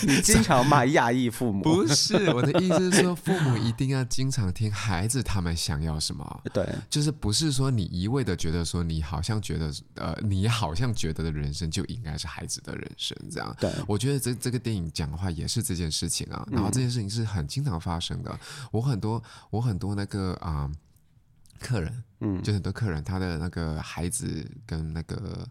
S2: 你经常骂亚裔父母，
S1: 不是，我的意思是说，父母一定要经常听孩子他们想要什么，
S2: 对，
S1: 就是不是说你一味的觉得说你好像觉得呃，你好像觉得的人生就应该是孩子的人生这样。
S2: 对
S1: 我觉得这这个电影讲的话也是这件事情啊，然后这件事情是很经常发生的。我很多我很多那个啊、客人，
S2: 嗯
S1: 就很多客人他的那个孩子跟那个。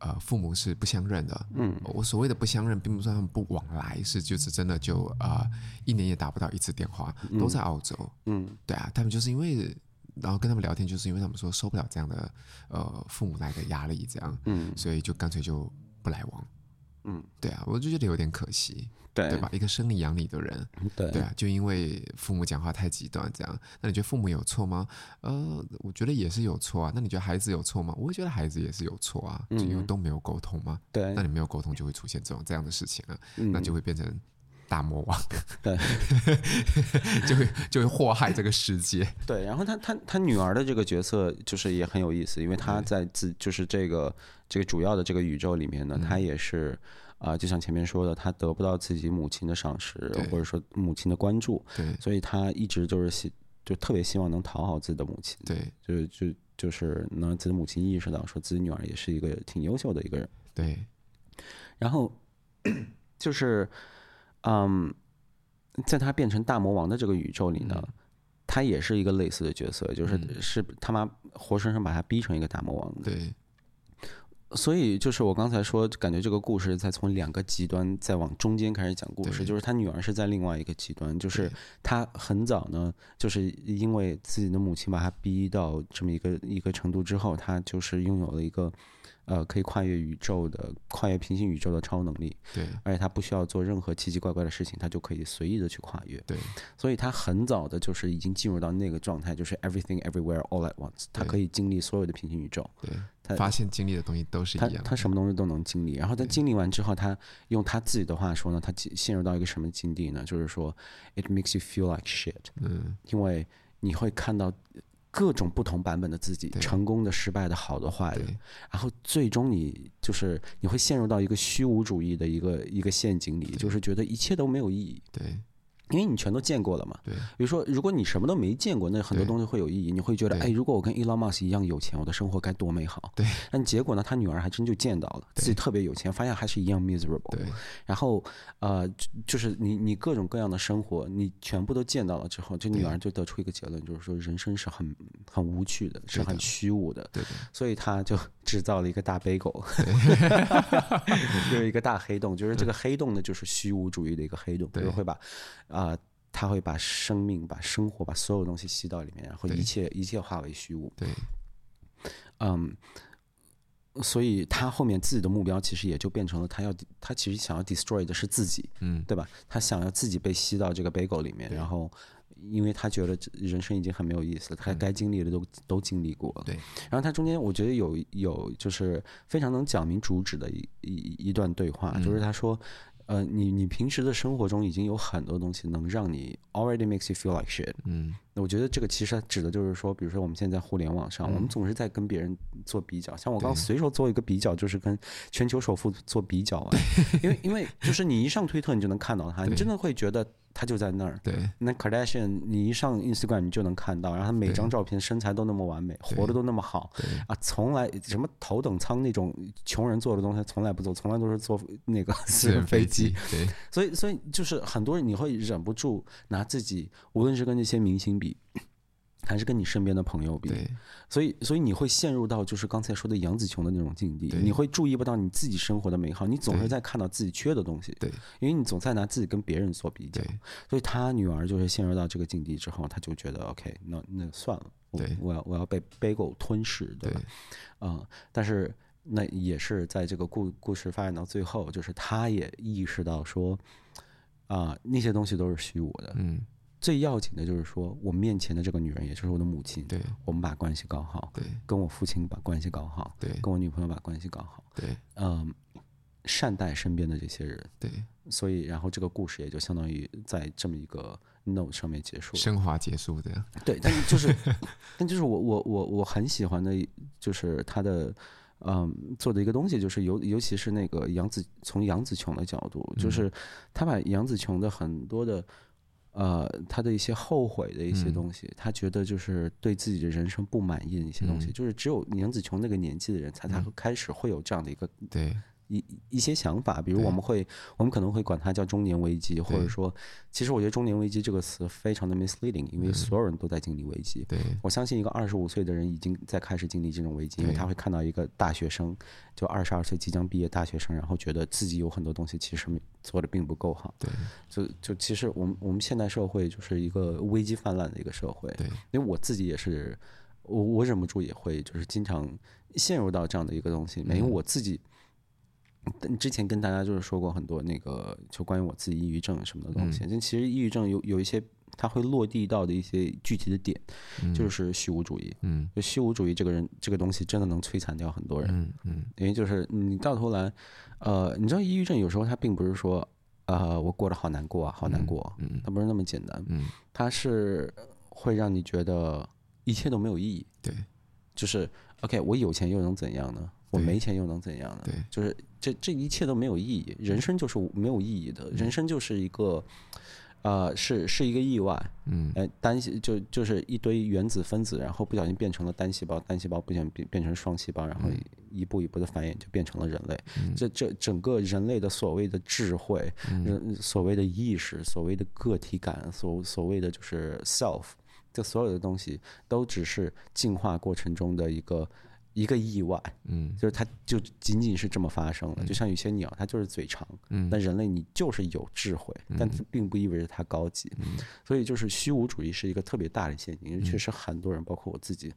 S1: 呃，父母是不相认的。嗯，我所谓的不相认，并不是他们不往来，是就是真的就呃，一年也打不到一次电话，都在澳洲。
S2: 嗯
S1: 对啊，他们就是因为，然后跟他们聊天，就是因为他们说受不了这样的呃父母来的压力，这样，
S2: 嗯
S1: 所以就干脆就不来往。
S2: 嗯，哎
S1: 对啊，我就觉得有点可惜，
S2: 对
S1: 对吧？一个生你养你的人，
S2: 对
S1: 对啊，就因为父母讲话太极端，这样，那你觉得父母有错吗？呃，我觉得也是有错啊。那你觉得孩子有错吗？我也觉得孩子也是有错啊，就
S2: 嗯
S1: 因为都没有沟通嘛。
S2: 对
S1: 那你没有沟通，就会出现这种这样的事情啊，
S2: 嗯
S1: 那就会变成大魔王，
S2: <laughs> 对
S1: <laughs> 就会就会祸害这个世界。
S2: 对，然后他他他女儿的这个角色就是也很有意思，因为她在自就是这个这个主要的这个宇宙里
S1: 嗯
S2: 面呢，她也是啊、就像前面说的，她得不到自己母亲的赏识，
S1: 对
S2: 或者说母亲的关注，
S1: 对
S2: 所以她一直就是希就特别希望能讨好自己的母亲，
S1: 对
S2: 就是就就是能让自己的母亲意识到说自己女儿也是一个挺优秀的一个人。
S1: 对
S2: 然后 <clears throat> 就是，嗯，在他变成大魔王的这个宇宙里呢，
S1: 嗯
S2: 他也是一个类似的角色，就是是他妈活生生把他逼成一个大魔王的。
S1: 对
S2: 所以就是我刚才说，感觉这个故事在从两个极端再往中间开始讲故事，
S1: 对
S2: 就是他女儿是在另外一个极端，就是
S1: 对
S2: 他很早呢，就是因为自己的母亲把他逼到这么一个一个程度之后，他就是拥有了一个呃，可以跨越宇宙的、跨越平行宇宙的超能力，
S1: 对
S2: 而且他不需要做任何奇奇怪怪的事情，他就可以随意的去跨越。
S1: 对，
S2: 所以他很早的就是已经进入到那个状态，就是 everything everywhere all at once，他
S1: 对
S2: 可以经历所有的平行宇宙，他
S1: 对，发现经历的东西都是一
S2: 他
S1: 样的。
S2: 他什么东西都能经历。然后他经历完之后，他用他自己的话说呢，他进陷入到一个什么境地呢？就是说，it makes you feel like shit，
S1: 嗯，
S2: 因为你会看到各种不同版本的自己，
S1: 对
S2: 成功的、失败的、好的、坏的
S1: 对，
S2: 然后最终你就是你会陷入到一个虚无主义的一个一个陷阱里，就是觉得一切都没有意义，
S1: 对
S2: 因为你全都见过了嘛。
S1: 对
S2: 比如说，如果你什么都没见过，那很多
S1: 对
S2: 东西会有意义，你会觉得，
S1: 对
S2: 哎，如果我跟 Elon Musk 一样有钱，我的生活该多美好。
S1: 对。
S2: 但结果呢，他女儿还真就见到了，自己特别有钱，发现还是一样 miserable。
S1: 对
S2: 然后，呃，就就是你你各种各样的生活，你全部都见到了之后，这女
S1: 对
S2: 儿就得出一个结论，就是说人生是很很无趣的，是
S1: 对的
S2: 很虚无的。
S1: 对的，
S2: 所以他就制造了一个大
S1: <laughs>
S2: bagel，就是一个大黑洞，就是这个黑洞呢，就是虚无主义的一个黑洞，就是
S1: 对
S2: 会把啊、呃他会把生命、把生活、把所有东西吸到里面，然后
S1: 对
S2: 一切一切化为虚无。
S1: 对
S2: 嗯，所以他后面自己的目标其实也就变成了他要他其实想要 destroy 的是自己，
S1: 嗯，
S2: 对吧？他想要自己被吸到这个 bagel 里面，然后因为他觉得这人生已经很没有意思了，
S1: 嗯
S2: 他该经历的都、都经历过了。
S1: 对。
S2: 然后他中间我觉得有有就是非常能讲明主旨的一一一段对话，就是他说。呃，你你平时的生活中已经有很多东西能让你 already makes you feel like shit。
S1: 嗯，
S2: 那我觉得这个其实它指的就是说，比如说我们现在互联网上，我们总是在跟别人做比较。像我刚随手做一个比较，就是跟全球首富做比较啊，因为因为就是你一上推特你就能看到他，你真的会觉得他就在那儿。
S1: 对
S2: 那 Kardashian，你一上 Instagram 你就能看到，然后他每
S1: 对
S2: 张照片身材都那么完美，活得都那么好
S1: 对
S2: 啊，从来什么头等舱那种穷人做的东西他从来不做，从来都是坐
S1: <laughs>
S2: 那个私人飞机。，
S1: 对
S2: 所以，所以就是很多人你会忍不住拿自己，无论是跟那些明星比， <clears throat> 还是跟你身边的朋友比，
S1: 对
S2: 所以，所以你会陷入到就是刚才说的杨紫琼的那种境地，
S1: 对
S2: 你会注意不到你自己生活的美好，你总是
S1: 对
S2: 在看到自己缺的东西，
S1: 对
S2: 因为你总在拿自己跟别人做比较
S1: 对，
S2: 所以他女儿就是陷入到这个境地之后，他就觉得 OK，那那算了，我
S1: 对
S2: 我要我要被 bagel 吞噬， <laughs> 对吧？嗯，但是那也是在这个故故事发展到最后，就是他也意识到说，啊、那些东西都是虚无的。
S1: 嗯，
S2: 最要紧的就是说，我面前的这个女人，也就是我的母亲，
S1: 对
S2: 我们把关系搞好，
S1: 对
S2: 跟我父亲把关系搞好，
S1: 对
S2: 跟我女朋友把关系搞好，
S1: 对
S2: 嗯，善待身边的这些人。
S1: 对，
S2: 所以，然后这个故事也就相当于在这么一个 note 上面结束了。
S1: 升华结束这样，
S2: 对，但是就是，但就是我我我我很喜欢的，就是他的，嗯，做的一个东西，就是尤尤其是那个杨紫，从杨紫琼的角度，就是他把杨紫琼的很多的，呃，他的一些后悔的一些东西，他觉得就是对自己的人生不满意的一些东西，就是只有杨紫琼那个年纪的人才才会开始会有这样的一个
S1: 对
S2: 一一些想法，比如
S1: 对
S2: 我们会，我们可能会管它叫中年危机，或者
S1: 对
S2: 说，其实我觉得“中年危机”这个词非常的 misleading，因为
S1: 嗯
S2: 所有人都在经历危机。
S1: 对
S2: 我相信一个二十五岁的人已经在开始经历这种危机，因为
S1: 对
S2: 他会看到一个大学生，就二十二岁即将毕业大学生，然后觉得自己有很多东西其实没做的并不够好。
S1: 对
S2: 就就其实我们我们现代社会就是一个危机泛滥的一个社会。
S1: 对，
S2: 因为我自己也是，我我忍不住也会就是经常陷入到这样的一个东西里面，因
S1: 嗯
S2: 为我自己。但之前跟大家就是说过很多那个，就关于我自己抑郁症什么的东
S1: 嗯
S2: 西。但其实抑郁症有有一些，它会落地到的一些具体的点，就是虚无主义。
S1: 嗯
S2: 就虚无主义这个人，这个东西真的能摧残掉很多人。
S1: 嗯嗯，
S2: 因为就是你到头来，呃，你知道抑郁症有时候它并不是说，呃，我过得好难过啊，好难过啊，
S1: 嗯
S2: 它不是那么简单，
S1: 嗯，
S2: 它是会让你觉得一切都没有意义，
S1: 对
S2: 就是 OK，我有钱又能怎样呢？我
S1: 对
S2: 没钱又能怎样呢？
S1: 对
S2: 就是这这一切都没有意义，人生就是没有意义的，
S1: 嗯
S2: 人生就是一个，呃，是是一个意外，
S1: 嗯
S2: 哎，单细就就是一堆原子分子，然后不小心变成了单细胞，单细胞不小心变变成双细胞，然后
S1: 嗯
S2: 一步一步的繁衍，就变成了人类。这这整个人类的所谓的智慧，
S1: 嗯
S2: 人所谓的意识，所谓的个体感，所所谓的就是 self，这所有的东西都只是进化过程中的一个。一个意外，
S1: 嗯
S2: 就是它就仅仅是这么发生了，就像有些鸟，它就是嘴长，
S1: 嗯
S2: 但人类你就是有智慧，但这并不意味着它高级。所以就是虚无主义是一个特别大的陷阱，因为确实很多人，包括我自己，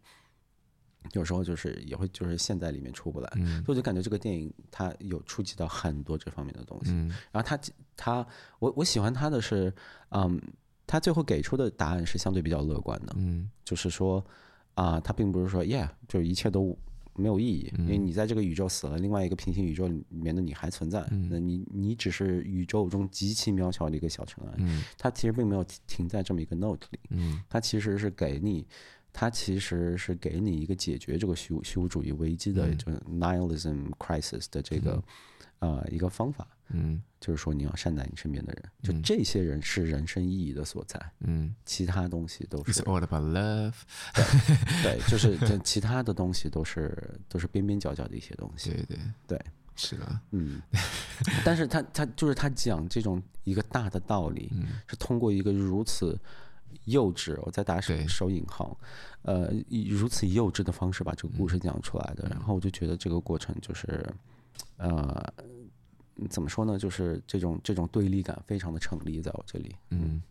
S2: 有时候就是也会就是陷在里面出不来，所以我就感觉这个电影它有触及到很多这方面的东西。
S1: 嗯
S2: 然后它它我我喜欢它的是，嗯，它最后给出的答案是相对比较乐观的，
S1: 嗯
S2: 就是说啊，它并不是说 yeah 就一切都没有意义，
S1: 嗯
S2: 因为你在这个宇宙死了，另外一个平行宇宙里面的你还存在，
S1: 嗯
S2: 那你你只是宇宙中极其渺小的一个小尘埃。
S1: 嗯
S2: 它其实并没有停停在这么一个 note 里，
S1: 嗯
S2: 它其实是给你，它其实是给你一个解决这个虚无虚无主义危机
S1: 嗯
S2: 的，就是 nihilism crisis 的这个、呃一个方法，
S1: 嗯
S2: 就是说你要善待你身边的人，就这些人是人生意义的所在，
S1: 嗯
S2: 其他东西都
S1: ，It's
S2: 是
S1: all about love。
S2: 对，就是这其他的东西都是 <laughs> 都是边边角角的一些东西，
S1: 对对
S2: 对，
S1: 是的，
S2: 嗯，但是他他就是他讲这种一个大的道理，
S1: 嗯
S2: 是通过一个如此幼稚，我在打手
S1: 对
S2: 手引号，呃，以如此幼稚的方式把这个故事讲出来的。然后我就觉得这个过程就是，呃，怎么说呢，就是这种这种对立感非常的成立在我这里。
S1: 嗯。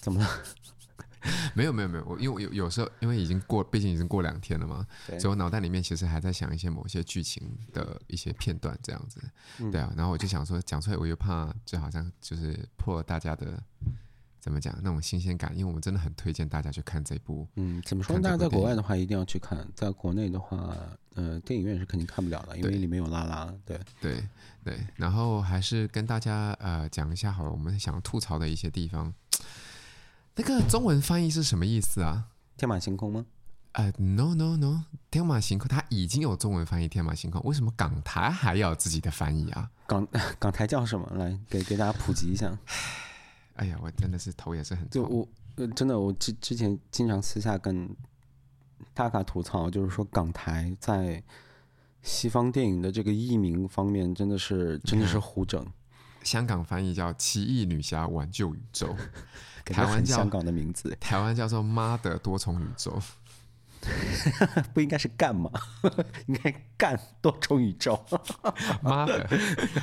S2: 怎么了？ <laughs>
S1: 没有没有没有，我因为我有有时候因为已经过，毕竟已经过两天了嘛，
S2: 对
S1: 所以我脑袋里面其实还在想一些某些剧情的一些片段这样子，对啊，然后我就想说讲出来，我又怕就好像就是破大家的怎么讲那种新鲜感，因为我们真的很推荐大家去看这部，
S2: 嗯，怎么说呢？
S1: 看
S2: 大
S1: 这
S2: 家
S1: 部
S2: 在国
S1: 电
S2: 外的话一定要去看，在国内的话，呃，电影院是肯定看不了的，因为
S1: 对
S2: 里面有拉拉。对，
S1: 对对，然后还是跟大家呃讲一下好了，我们想吐槽的一些地方，那个中文翻译是什么意思啊？
S2: 天马行空吗？
S1: 呃、n o no no，天马行空，它已经有中文翻译天马行空，为什么港台还要有自己的翻译啊？
S2: 港港台叫什么？来给给大家普及一下。
S1: 哎呀，我真的是头也是很
S2: 就
S1: 痛。
S2: 我呃，真的，我之之前经常私下跟大卡吐槽，就是说港台在西方电影的这个译名方面，真的是真的是胡 <laughs> 整，
S1: 香港翻译叫《奇异女侠挽救宇
S2: <laughs>
S1: 宙》，
S2: 感觉
S1: 台湾
S2: 很
S1: 叫
S2: 香港的名字， <laughs>
S1: 台湾叫做“妈的多重宇宙
S2: 不应该是干嘛？ <laughs> 应该干多重宇宙。”，
S1: 妈的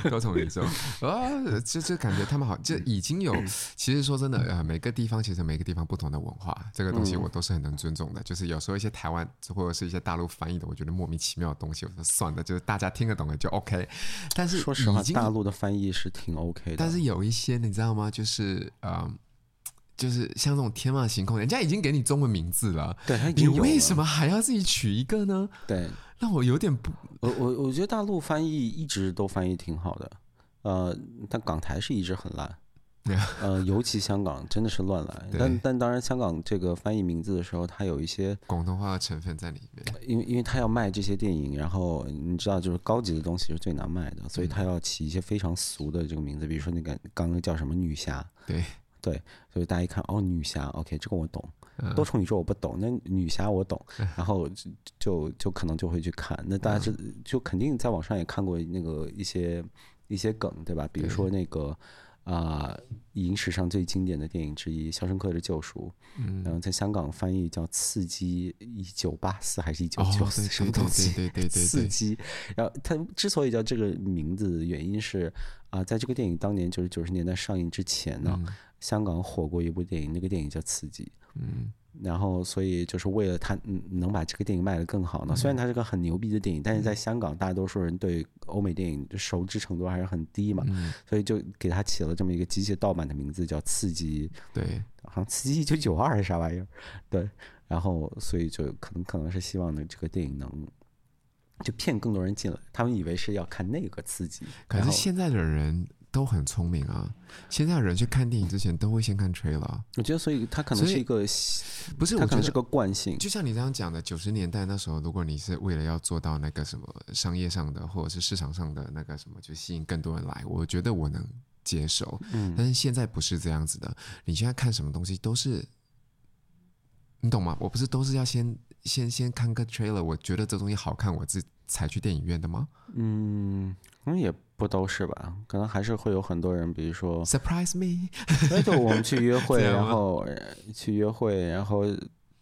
S1: 多重宇宙啊，就就感觉他们好，就已经有。
S2: 嗯
S1: 其实说真的，呃，每个地方其实每个地方不同的文化，这个
S2: 嗯
S1: 东西我都是很能尊重的。就是有时候一些台湾或者是一些大陆翻译的，我觉得莫名其妙的东西，我说算了，就是大家听得懂的就 OK。但是
S2: <laughs> 说实话
S1: 已，经
S2: 大陆的翻译是挺 OK 的，
S1: 但是有一些你知道吗？就是呃，就是像这种天马行空，人家已经给你中文名字了，
S2: 对它已
S1: 你
S2: 经有
S1: 为
S2: 了
S1: 什么还要自己取一个呢？
S2: 对
S1: 让我有点不，
S2: 我我我觉得大陆翻译一直都翻译挺好的，呃，但港台是一直很烂呃，尤其香港真的是乱来。
S1: 对
S2: 但但当然，香港这个翻译名字的时候，它有一些，
S1: 广东话的成分在里面。
S2: 因为因为它要卖这些电影，然后你知道，就是高级的东西是最难卖的，所以它要起一些非常俗的这个名字，比如说那个刚刚叫什么女侠，
S1: 对，
S2: 对，所以大家一看，哦，女侠，OK，这个我懂。
S1: 嗯
S2: 多重宇宙我不懂，那女侠我懂，然后就就就可能就会去看。那
S1: 嗯
S2: 大家就就肯定在网上也看过那个一些一些梗，对吧？比如说那个啊，影史上最经典的电影之一《肖申克的救赎》，
S1: 嗯
S2: 然后在香港翻译叫《刺激一九八四》还是一九
S1: 哦，
S2: 九四？什
S1: 对
S2: 么
S1: 对
S2: 东西？
S1: 对对对对
S2: 刺
S1: 对，
S2: 激。然后它之所以叫这个名字，的原因是啊、在这个电影当年就是九十年代上映之前呢，香港火过一部电影，那个电影叫《刺激》。
S1: 嗯，
S2: 然后，所以就是为了它嗯能把这个电影卖得更好
S1: 嗯
S2: 呢。虽然它是个很牛逼的电影，但是在香港，大多数人对欧美电影的熟知程度还是很低嘛，
S1: 嗯
S2: 所以就给它起了这么一个机械盗版的名字，叫《刺激》，
S1: 对，
S2: 好像《刺激一九九二》还是啥玩意儿？ <laughs> 对，然后所以就可能可能是希望呢，这个电影能就骗更多人进来，他们以为是要看那个刺激，
S1: 可
S2: 然
S1: 是
S2: 后
S1: 现在的人都很聪明啊，现在的人去看电影之前都会先看 trailer，
S2: 我觉得，所以它可能
S1: 所以
S2: 是一个，
S1: 不是？我
S2: 它可
S1: 觉
S2: 能是
S1: 得。
S2: 个惯性，
S1: 就像你这样讲的，九十年代那时候，如果你是为了要做到那个什么商业上的，或者是市场上的那个什么，就吸引更多人来，我觉得我能接受。
S2: 嗯
S1: 但是现在不是这样子的，你现在看什么东西都是，你懂吗？我不是都是要先先先看个 trailer，我觉得这东西好看，我自才去电影院的吗
S2: 嗯，可能也不都是吧，可能还是会有很多人，比如说，
S1: ？Surprise
S2: <laughs>
S1: me！
S2: 那就我们去 <laughs> 约会，
S1: 这样
S2: 然
S1: 吗
S2: 后呃去约会，然后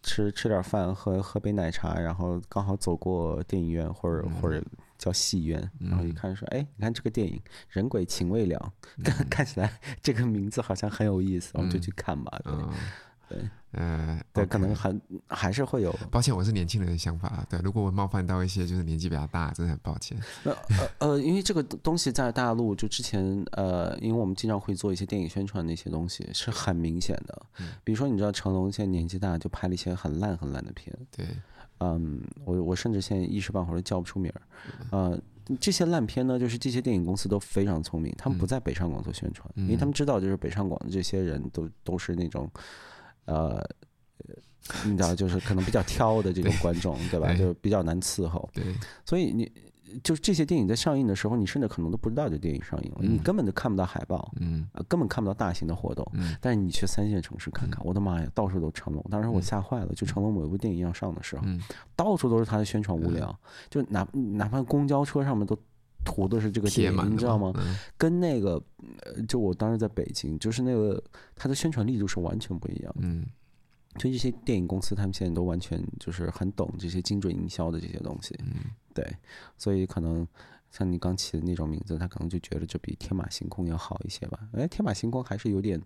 S2: 吃吃点饭，喝喝杯奶茶，然后刚好走过电影院或者或者叫戏院，然后一看说，哎，你看这个电影《人鬼嗯情未了》，看看起来这个名字好像很有意思，我们就去看吧。对
S1: 嗯，
S2: 对，
S1: 嗯，
S2: 对，
S1: OK
S2: 可能还还是会有。
S1: 抱歉，我是年轻人的想法啊。对，如果我冒犯到一些就是年纪比较大，真的很抱歉。
S2: 呃呃呃，因为这个东西在大陆就之前呃，因为我们经常会做一些电影宣传的一些东西，是很明显的。比如说，你知道成龙现在年纪大，就拍了一些很烂很烂的片。
S1: 对，
S2: 嗯，我我甚至现在一时半会儿都叫不出名儿。呃，这些烂片呢，就是这些电影公司都非常聪明，他们不在北上广做宣传，因为他们知道就是北上广的这些人都都是那种，呃，你知道就是可能比较挑的这种观众，对吧？
S1: 对
S2: 就比较难伺候，
S1: 对，
S2: 所以你。就是这些电影在上映的时候，你甚至可能都不知道这电影上映了，你根本就看不到海报，
S1: 嗯，
S2: 呃，根本看不到大型的活动。 <laughs>
S1: 嗯
S2: 但是你去三线城市看看，我的妈呀，到处都成龙！当时我吓坏了，就成龙某一部电影要上的时候，
S1: 嗯
S2: 到处都是他的宣传物料，就哪哪怕公交车上面都涂的是这个
S1: 贴
S2: 电
S1: 满
S2: 影，
S1: 了
S2: 你知道吗？
S1: 嗯
S2: 跟那个，呃就我当时在北京，就是那个它的宣传力度是完全不一样的。
S1: 嗯，
S2: 就这些电影公司，他们现在都完全就是很懂这些精准营销的这些东西，
S1: 嗯
S2: <laughs> 对，所以可能像你刚起的那种名字，他可能就觉得这比天马行空要好一些吧。哎，天马行空还是有点，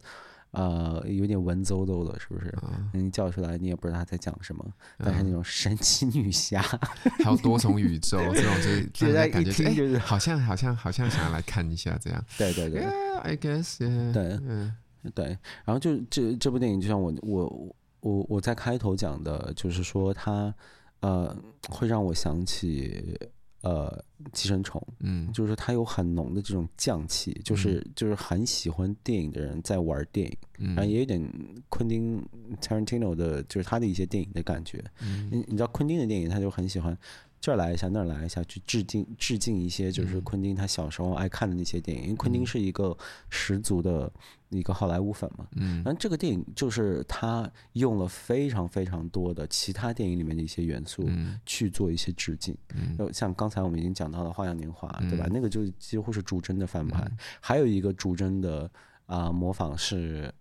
S2: 呃，有点文绉绉的，是不是？你叫出来你也不知道他在讲什么，但是那种神奇女侠，
S1: 嗯还有多重宇
S2: <laughs>
S1: 宙这种，就是
S2: 现
S1: 让
S2: 在
S1: 人感
S2: 一
S1: 觉
S2: 听就
S1: 哎
S2: 是哎
S1: 好像好像好像想要来看一下这样。
S2: <laughs> 对对对
S1: Yeah, I guess. Yeah.
S2: 对
S1: 嗯
S2: 对，然后就这这部电影，就像我我我我在开头讲的，就是说它呃会让我想起呃寄生虫，
S1: 嗯
S2: 就是它有很浓的这种匠气，就是就是很喜欢电影的人在玩电影，然后
S1: 嗯
S2: 也有点昆汀 Tarantino 的，就是他的一些电影的感觉。
S1: 嗯
S2: 你你知道昆汀的电影，他就很喜欢这儿来一下那儿来一下，去致敬致敬一些
S1: 嗯
S2: 就是昆汀他小时候爱看的那些电影，因为昆汀是一个十足的一个好莱坞粉嘛。
S1: 嗯
S2: 然后这个电影就是他用了非常非常多的其他电影里面的一些元素，
S1: 嗯
S2: 去做一些致敬，
S1: 嗯
S2: 就像刚才我们已经讲到了《花样年华》，对吧？
S1: 嗯
S2: 那个就几乎是逐帧的翻拍，还有一个逐帧的啊、模仿是，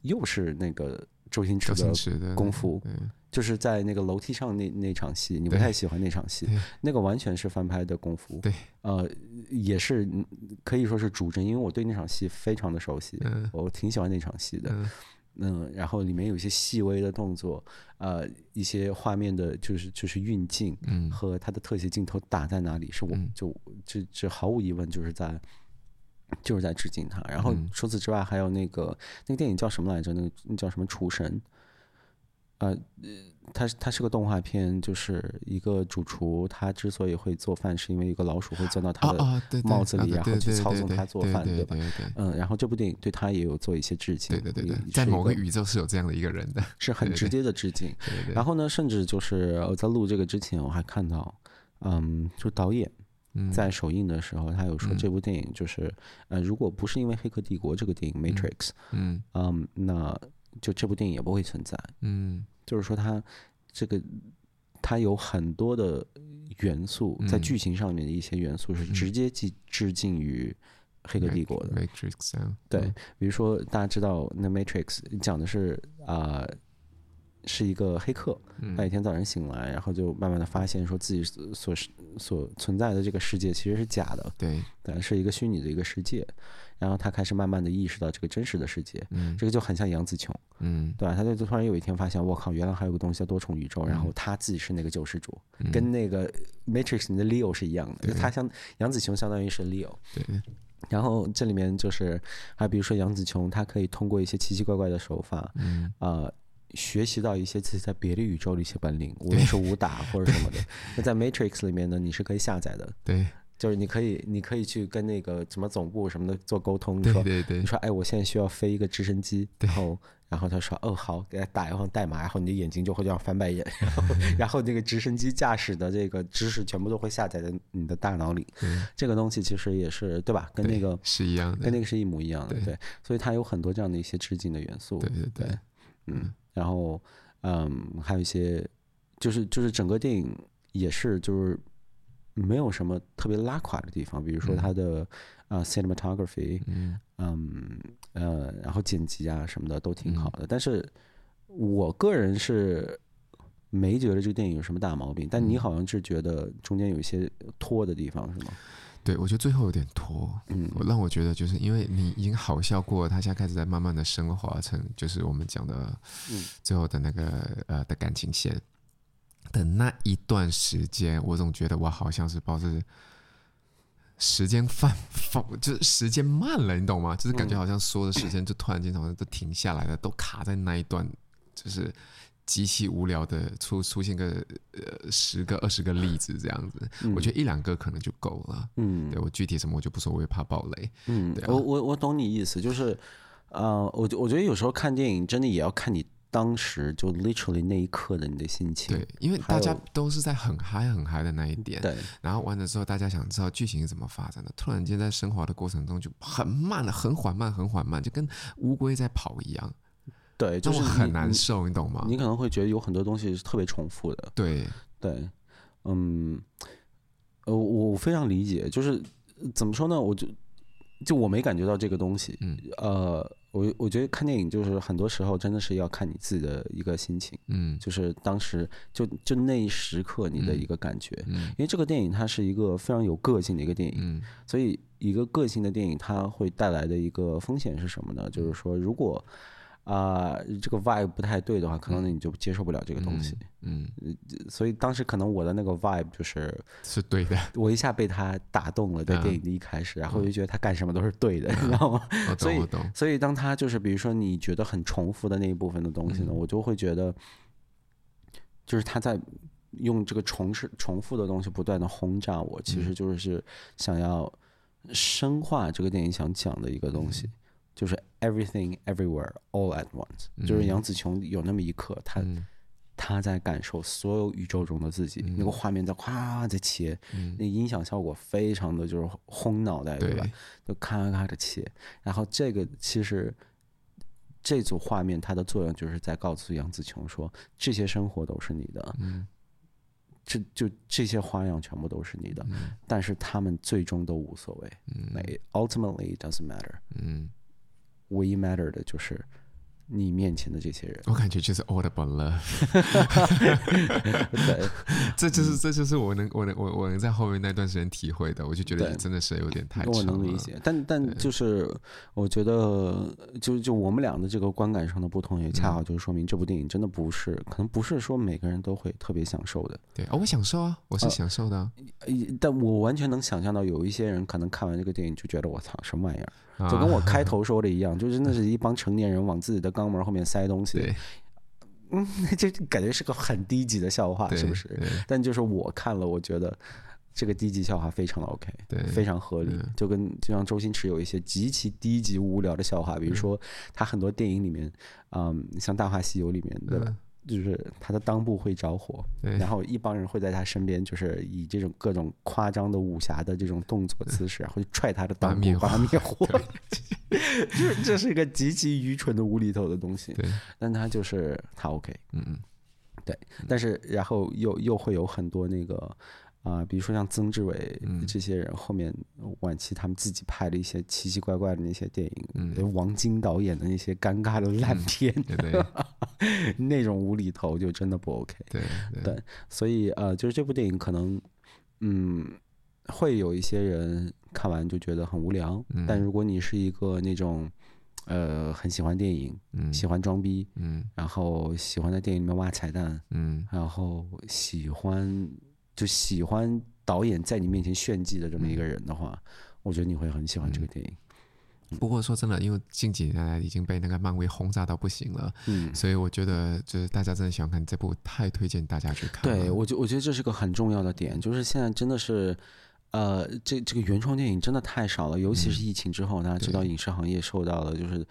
S2: 又是那个周星驰
S1: 周星
S2: 的，
S1: 驰嗯的
S2: 功夫
S1: 对
S2: 就是在那个楼梯上那那场戏，你不
S1: 对
S2: 太喜欢那场戏
S1: 对，
S2: 那个完全是翻拍的功夫，
S1: 对，
S2: 呃，也是嗯可以说是逐帧，因为我对那场戏非常的熟悉，
S1: <laughs> 嗯
S2: 我挺喜欢那场戏的，
S1: 嗯
S2: 嗯，然后里面有一些细微的动作，呃，一些画面的就是就是运镜，
S1: 嗯
S2: 和它的特写镜头打在哪里，是我
S1: 嗯
S2: 就这这毫无疑问就是在就是在致敬他。然后
S1: 嗯
S2: 除此之外，还有那个那个电影叫什么来着？那个那叫什么《厨神》？呃，它是它是个动画片，就是一个主厨，他之所以会做饭，是因为一个老鼠会钻到他
S1: 哦
S2: 的
S1: 哦对对
S2: 帽子
S1: 啊
S2: 里
S1: 对
S2: 然后
S1: 对
S2: 去
S1: 对
S2: 操
S1: 对
S2: 纵
S1: 对
S2: 他做
S1: 对
S2: 饭
S1: 对
S2: 对
S1: 对对
S2: 嗯，然后这部电影对他也有做一些致敬，
S1: 对对对
S2: 也
S1: 对
S2: 是，
S1: 在
S2: 一
S1: 某个
S2: 个
S1: 宇宙是有这样的一个人的，
S2: <laughs> 是很
S1: 对
S2: 直接的致敬。
S1: 对对
S2: 然后呢，甚至就是我在录这个之前，我还看到，嗯，就导演
S1: 嗯
S2: 在首映的时候，他有说这部电影就是，呃，如果不是因为《黑客帝国》这个电影《Matrix》，
S1: 嗯
S2: 嗯，那就这部电影也不会存在。
S1: 嗯
S2: 就是说，它这个它有很多的元素在
S1: 嗯
S2: 剧情上面的一些元素是直接致致敬于《黑客帝国》的。
S1: Matrix 啊
S2: 对，比如说大家知道那《Matrix》讲的是啊、呃是一个黑客，他有一天早上醒来，然后就慢慢的发现说自己所所是所存在的这个世界其实是假的，
S1: 对
S2: 对，是一个虚拟的一个世界，然后他开始慢慢的意识到这个真实的世界。
S1: 嗯
S2: 这个就很像杨紫琼，
S1: 嗯
S2: 对吧？他就突然有一天发现，我靠，原来还有个东西叫多重宇宙，
S1: 嗯
S2: 然后他自己是那个救世主，跟那个 Matrix 里的 Leo 是一样的，就他相杨紫琼相当于是 Leo，
S1: 对
S2: 然后这里面就是，还比如说杨紫琼，她可以通过一些奇奇怪怪的手法，
S1: 嗯
S2: 呃，学习到一些自己在别的宇宙的一些本领，无论是武打或者什么的。那在 Matrix 里面呢，你是可以下载的，
S1: 对
S2: 就是你可以，你可以去跟那个什么总部什么的做沟通，你
S1: 对
S2: 说，
S1: 对对
S2: 你说，哎，我现在需要飞一个直升机，然后，然后他说，哦，好，给他打一行代码，然后你的眼睛就会这样翻白眼，然
S1: <laughs>
S2: 后，然后那个直升机驾驶的这个知识全部都会下载在你的大脑里。这个东西其实也是，对吧？跟那个
S1: 是一样的
S2: 跟，那个是一模一样的，对，所以它有很多这样的一些致敬的元素，
S1: 对对对
S2: 对，嗯，然后嗯，还有一些就是就是整个电影也是就是没有什么特别拉垮的地方，比如说它的啊、呃 cinematography，
S1: 嗯
S2: 嗯呃，然后剪辑啊什么的都
S1: 嗯
S2: 挺好的，但是我个人是。
S1: 嗯
S2: 没觉得这个电影有什么大毛病，但你好像是觉得中间有一些拖的地方，是吗？
S1: 对，我觉得最后有点拖，嗯，让我觉得就是因为你已经好笑过了，他现在开始在慢慢的升华成就是我们讲的最后的那个呃的感情线的那一段时间，我总觉得我好像是抱着时间放放，就是时间慢了，你懂吗？就是感觉好像所有的时间就突然间好像都停下来了，都卡在那一段，就是。极其无聊的出出现个呃十个二十个例子这样子，我觉得一两个可能就够了。
S2: 嗯
S1: 对我具体什么我就不说，我也怕爆雷。
S2: 嗯
S1: 对，啊
S2: 我我我懂你意思，就是呃，我觉我觉得有时候看电影真的也要看你当时就 literally 那一刻的你的心情。
S1: 对，因为
S2: 还
S1: 大家
S2: 有
S1: 都是在很嗨很嗨的那一点，
S2: 对
S1: 然后完了之后，大家想知道剧情是怎么发展的，突然间在升华的过程中就很慢了，很缓慢，很缓慢，就跟乌龟在跑一样，
S2: 对，就
S1: 让
S2: 是
S1: 我很
S2: 你
S1: 难啊
S2: 你
S1: 受，你懂吗？
S2: 你可能会觉得有很多东西是特别重复的。
S1: 对，
S2: 对，嗯，呃，我我非常理解，就是呃怎么说呢，我就就我没感觉到这个东西，
S1: 嗯
S2: 呃，我我觉得看电影就是很多时候真的是要看你自己的一个心情，
S1: 嗯
S2: 就是当时就就那一时刻你的一个感觉，
S1: 嗯
S2: 因为这个电影它是一个非常有个性的一个电影，
S1: 嗯
S2: 所以一个个性的电影它会带来的一个风险是什么呢？
S1: 嗯
S2: 就是说如果啊、这个 vibe 不太对的话，可能你就接受不了这个东西。呃
S1: 嗯，
S2: 所以当时可能我的那个 vibe 就是，
S1: 是对的，
S2: 我一下被他打动了，在
S1: 嗯
S2: 电影的一开始，然后我就觉得他干什么都是对的，你知道吗？
S1: 我
S2: 所
S1: 懂
S2: 以
S1: 我懂，
S2: 所以当他就是比如说你觉得很重复的那一部分的东西呢，我就会觉得，就是他在用这个重是重复的东西不断的轰炸我，其实就是想要深化这个电影想讲的一个东西。就是 everything everywhere all at once，、就是杨紫琼有那么一刻，她
S1: 嗯
S2: 他在感受所有宇宙中的自己，那个画面在哗在切，那音响效果非常的就是轰脑袋，对
S1: 对
S2: 吧？就咔咔咔的切，然后这个其实这组画面它的作用就是在告诉杨紫琼说，这些生活都是你的，
S1: 嗯
S2: 这就这些花样全部都是你的，但是他们最终都无所谓、那 ultimately it doesn't matter，
S1: 嗯，
S2: 唯一 matter 的就是你面前的这些
S1: <laughs>
S2: 人，
S1: 我感觉就是 all about love。
S2: 对。
S1: 这就是这就是我能我能我我能在后面那段时间体会的，我就觉得
S2: 对
S1: 真的是有点太
S2: 我
S1: 长
S2: 能理
S1: 了。
S2: 解，但但就是我觉得，就就我们俩的这个观感上的不同，也
S1: 嗯
S2: 恰好就是说明这部电影真的不是，可能不是说每个人都会特别享受的。
S1: 对啊、我享受啊，我是享受的啊。
S2: 呃但我完全能想象到，有一些人可能看完这个电影就觉得我操什么玩意儿，
S1: 啊
S2: 就跟我
S1: <laughs>
S2: 开头说的一样，就真的是一帮成年人往自己的肛门后面塞东西
S1: 对，
S2: <laughs> 嗯， <laughs> 这感觉是个很低级的笑话，
S1: 对
S2: 是不是？
S1: 对
S2: 但就是我看了，我觉得这个低级笑话非常的 OK，
S1: 对
S2: 非常合理，
S1: 嗯
S2: 就跟就像周星驰有一些极其低级无聊的笑话，
S1: 嗯
S2: 比如说他很多电影里面，嗯，像《大话西游》里面，对吧？
S1: 嗯
S2: 就是他的裆部会着火，
S1: 对
S2: 然后一帮人会在他身边，就是以这种各种夸张的武侠的这种动作姿势，然后去踹他的裆
S1: 嗯把灭
S2: 部，把他灭火。 <laughs> 这这是一个极其愚蠢的无厘头的东西，
S1: 对，
S2: 但他就是他 OK，
S1: 嗯嗯，
S2: 对，但是然后又又会有很多那个啊、比如说像曾志伟这些人，后面晚期他们自己拍的一些奇奇怪怪的那些电影，王晶导演的那些尴尬的烂片， <laughs>
S1: 对对
S2: 那种无厘头就真的不 OK。
S1: 对对，
S2: 对，所以呃，就是这部电影可能，嗯，会有一些人看完就觉得很无聊，但如果你是一个那种呃很喜欢电影、
S1: 嗯
S2: 喜欢装逼，
S1: 嗯
S2: 然后喜欢在电影里面挖彩蛋，
S1: 嗯
S2: 然后喜欢就喜欢导演在你面前炫技的这么一个人的话，我觉得你会很喜欢这个电影。
S1: 不过说真的，因为近几年来已经被那个漫威轰炸到不行了，
S2: 嗯，
S1: 所以我觉得就是大家真的喜欢看这部，太推荐大家去看了。
S2: 对我觉我觉得这是个很重要的点，就是现在真的是。呃，这这个原创电影真的太少了，尤其是疫情之后，大家知道影视行业受到了就是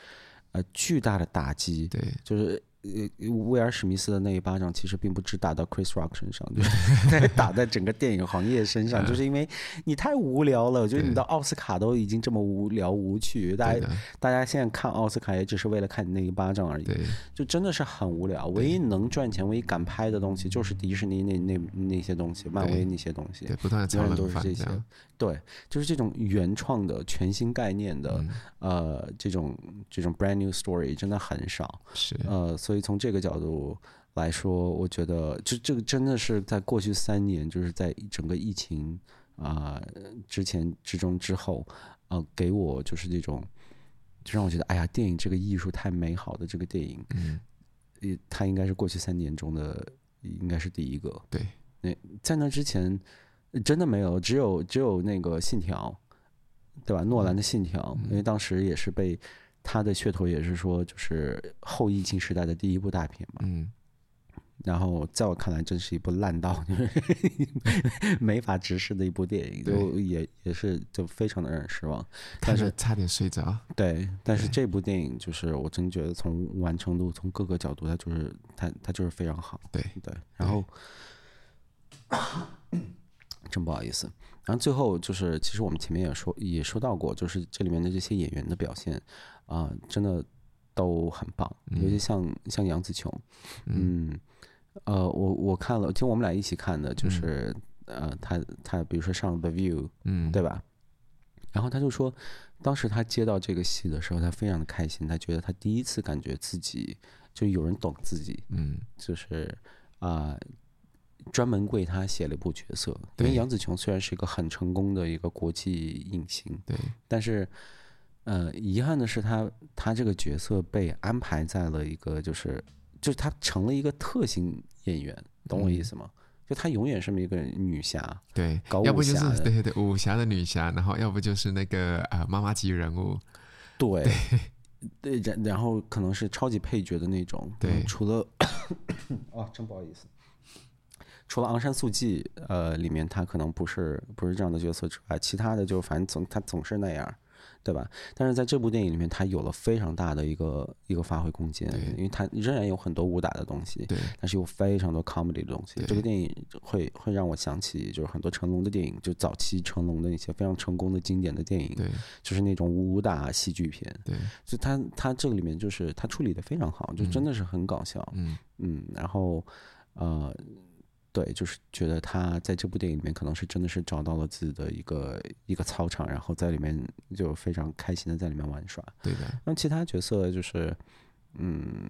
S2: 呃巨大的打击，
S1: 对
S2: 就是呃威尔史密斯的那一巴掌其实并不只打到 Chris Rock 身上，就是
S1: <laughs>
S2: 打在整个电影行业身
S1: 嗯
S2: 上，就是因为你太无聊了，我觉得你到奥斯卡都已经这么无聊无趣，大
S1: 对
S2: 家
S1: 的
S2: 大家现在看奥斯卡也只是为了看你那一巴掌而已，
S1: 对
S2: 就真的是很无聊。唯一能赚钱、唯一敢拍的东西就是迪士尼那那那些东西，漫威那些东西
S1: 对，。不断的炒
S2: 永远都
S1: 冷
S2: 是
S1: 饭
S2: 这
S1: 这
S2: 些
S1: 样。
S2: 对，就是这种原创的、全新概念的，
S1: 嗯
S2: 呃，这种这种 brand new story 真的很少。
S1: 是，
S2: <laughs> 呃，所以从这个角度来说，我觉得这这个真的是在过去三年，就是在整个疫情啊、之前之中之后，呃，给我就是这种，就让我觉得哎呀，电影这个艺术太美好的这个电影，
S1: 嗯，
S2: 也它应该是过去三年中的应该是第一个。
S1: 对，
S2: 那在那之前呃真的没有，只有只有那个《信条》，对吧？诺兰的《信条》，因为当时也是被他的噱头也是说就是后疫情时代的第一部大片嘛。
S1: 嗯，
S2: 然后在我看来，真是一部烂到 <laughs> 没法直视的一部电影，
S1: 对
S2: 就也也是就非常的让人失望。
S1: 看
S2: 但
S1: 着
S2: 是
S1: 差点睡着。
S2: 对，但是这部电影就是我真觉得从完成度，从各个角度，它就是它它就是非常好。
S1: 对
S2: 对，然后真不好意思。然后最后就是，其实我们前面也说也说到过，就是这里面的这些演员的表现啊、真的都很棒，尤其像像杨紫琼，嗯，呃，我我看了，就我们俩一起看的，就是、呃，他他比如说上《The View》，
S1: 嗯，
S2: 对吧？然后他就说，当时他接到这个戏的时候，他非常的开心，他觉得他第一次感觉自己就有人懂自己，
S1: 嗯，
S2: 就是啊、专门为他写了一部角色。因
S1: 对
S2: 为杨紫琼虽然是一个很成功的一个国际影星，
S1: 对，
S2: 但是呃，遗憾的是他他这个角色被安排在了一个就是就是他成了一个特型演员，懂我意思吗？就他永远是一个女侠，
S1: 对
S2: 搞，
S1: 要
S2: 武
S1: 不就
S2: 侠
S1: 是
S2: 的
S1: 对对武侠的女侠，然后要不就是那个呃妈妈级人物，
S2: 对， <laughs> 对，然然后可能是超级配角的那种，
S1: 对
S2: 嗯除了啊，真不好意思，除了昂山素季，呃，里面他可能不是不是这样的角色之外，其他的就反正总他总是那样。对吧？但是在这部电影里面，他有了非常大的一个一个发挥空间，因为他仍然有很多武打的东西，
S1: 对
S2: 但是有非常多 comedy 的东西。这
S1: 对
S2: 个电影会会让我想起，就是很多成龙的电影，就早期成龙的一些非常成功的经典的电影，
S1: 对
S2: 就是那种武打戏剧片。
S1: 对，
S2: 就他他这个里面就是他处理的非常好，就真的是很搞笑，
S1: 嗯
S2: 嗯，然后呃，对，就是觉得他在这部电影里面可能是真的是找到了自己的一个一个操场，然后在里面就非常开心的在里面玩耍。
S1: 对的，
S2: 那其他角色就是，嗯，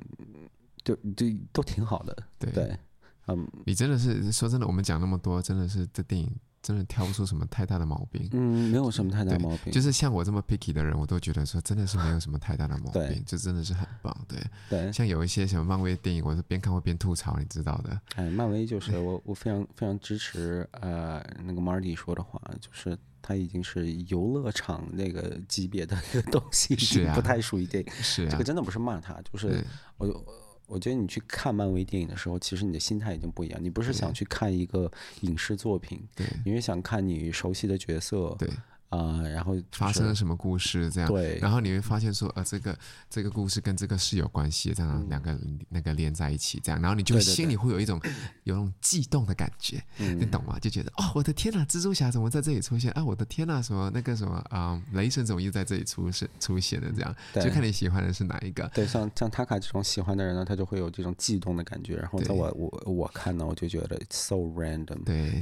S2: 就就都挺好的，
S1: 对
S2: 对，嗯
S1: 你真的是说真的，我们讲那么多，真的是这电影真的挑不出什么太大的毛病。
S2: 嗯，没有什么太大
S1: 对
S2: 毛病，
S1: 就是像我这么 picky 的人，我都觉得说真的是没有什么太大的毛
S2: 对嗯
S1: 病，就真的是很棒。对，
S2: 对，
S1: 像有一些什么漫威电影，我是边看会边吐槽，你知道的。
S2: 哎，漫威就是我，我非常非常支持呃那个 Marty 说的话，就是它已经是游乐场那个级别的一个东西，
S1: 是啊
S2: 不太属于电影。
S1: 是
S2: 这
S1: 啊
S2: 个，真的 <laughs> 不是骂他，就是
S1: 对
S2: 我我觉得你去看漫威电影的时候，其实你的心态已经不一样，你不是想去看一个影视作品，
S1: 对
S2: 你是想看你熟悉的角色，
S1: 对，
S2: 啊、然后就
S1: 发
S2: 是
S1: 生了什么故事这样。
S2: 对
S1: 然后你会发现说，呃，这个这个故事跟这个是有关系的，这样两个那个连在一起，这样，然后你就
S2: 嗯对对对
S1: 心里会有一种有那种悸动的感觉，
S2: 嗯
S1: 你懂吗？就觉得哦，我的天呐，蜘蛛侠怎么在这里出现啊？我的天呐，什么那个什么啊、雷神怎么又在这里出现出现的？这样，
S2: 对嗯
S1: 就看你喜欢的是哪一个。
S2: 对，像像塔卡这种喜欢的人呢，他就会有这种悸动的感觉。然后在
S1: 对
S2: 我我我看呢，我就觉得 it's so random，
S1: 对，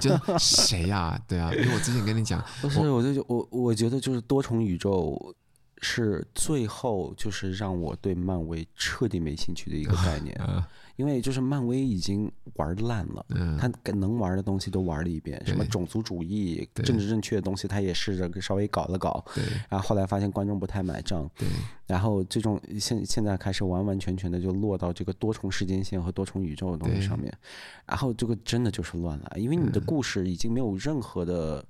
S1: 就是谁呀、对啊，因为我之前跟你讲，
S2: 不是，我就觉我我觉得就是多重宇宙是最后就是让我对漫威彻底没兴趣的一个概
S1: <laughs>
S2: 念，
S1: 呃，
S2: 因为就是漫威已经玩烂了。
S1: 嗯，
S2: 他能玩的东西都玩了一遍，什么
S1: 对
S2: 种族主义、
S1: 对
S2: 政治正确的东西，他也试着稍微搞了搞，
S1: 对
S2: 然后后来发现观众不太买账，
S1: 对
S2: 然后这种现现在开始完完全全的就落到这个多重时间线和多重宇宙的东西上面，然后这个真的就是乱了，因为你的故事已经没有任何的、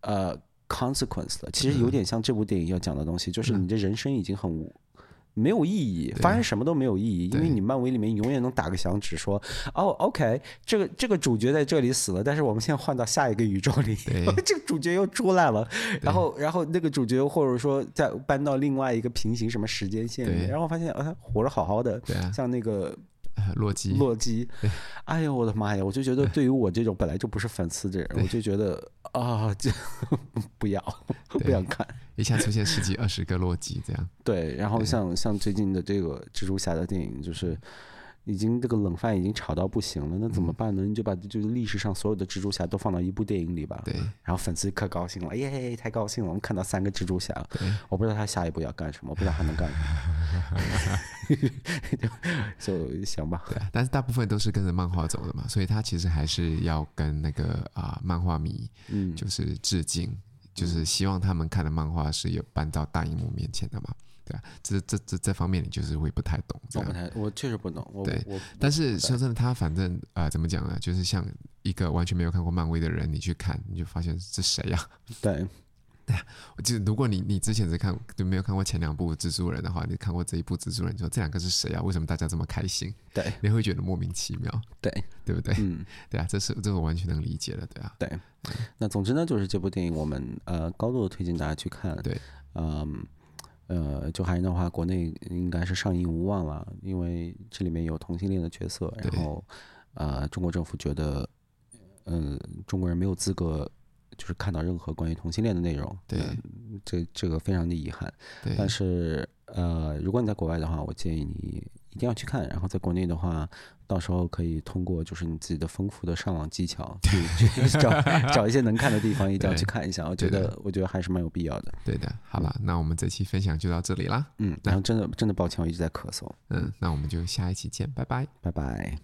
S2: 呃 consequence 了。其实有点像这部电影要讲的东西，就是你的人生已经很无。没有意义，发生什么都没有意义，因为你漫威里面永远能打个响指说，哦，OK，这个这个主角在这里死了，但是我们现在换到下一个宇宙里，
S1: 对
S2: <laughs> 这个主角又出来了，然后然后那个主角或者说再搬到另外一个平行什么时间线里面，
S1: 对
S2: 然后发现啊，他活着好好的，
S1: 对啊
S2: 像那个
S1: 呃洛基，
S2: 洛基，哎呦我的妈呀！我就觉得对于我这种本来就不是粉丝的人，我就觉得啊，这不要不想看。
S1: 一下出现十几二十个洛基这样。
S2: 对，然后像像最近的这个蜘蛛侠的电影，就是已经这个冷饭已经吵到不行了，那怎么办呢？你就把就是历史上所有的蜘蛛侠都放到一部电影里吧。
S1: 对。
S2: 然后粉丝可高兴了，耶，太高兴了！我们看到三个蜘蛛侠了，我不知道他下一步要干什么，我不知道他能干什么， <laughs> 就想吧。
S1: 对啊，但是大部分都是跟着漫画走的嘛，所以他其实还是要跟那个啊、漫画迷，
S2: 嗯
S1: 就是致敬，就是希望他们看的漫画是有搬到大荧幕面前的嘛。对啊，这这这这方面你就是会不太懂，这
S2: 我
S1: 样
S2: 不太，我确实不懂，我
S1: 对
S2: 我
S1: 但是说真的，他反正啊、呃怎么讲呢？就是像一个完全没有看过漫威的人，你去看，你就发现这谁啊 <laughs> 呀、
S2: 对
S1: 就如果你你之前只看就没有看过前两部蜘蛛人的话，你看过这一部蜘蛛人，你说这两个是谁啊？为什么大家这么开心？
S2: 对
S1: 你会觉得莫名其妙， <laughs>
S2: 对，
S1: 对不对？
S2: 嗯
S1: 对啊，这是这个我完全能理解的，对啊，
S2: 对。那总之呢，就是这部电影我们呃高度地推荐大家去看。
S1: 对，
S2: 嗯。呃，就还人的话，国内应该是上映无望了，因为这里面有同性恋的角色，
S1: 对
S2: 然后，呃，中国政府觉得，嗯、中国人没有资格，就是看到任何关于同性恋的内容，
S1: 对
S2: 嗯这这个非常的遗憾。
S1: 对
S2: 但是呃，如果你在国外的话，我建议你一定要去看。然后在国内的话，到时候可以通过就是你自己的丰富的上网技巧去
S1: <laughs>
S2: 去找找一些能看的地方，一定要去看一下。我觉
S1: 对的
S2: 得我觉得还是蛮有必要的。
S1: 对的。好
S2: 嗯
S1: 了，那我们这期分享就到这里啦，
S2: 嗯，然后真的真的抱歉，我一直在咳嗽。
S1: 嗯，那我们就下一期见，拜拜。
S2: 拜拜。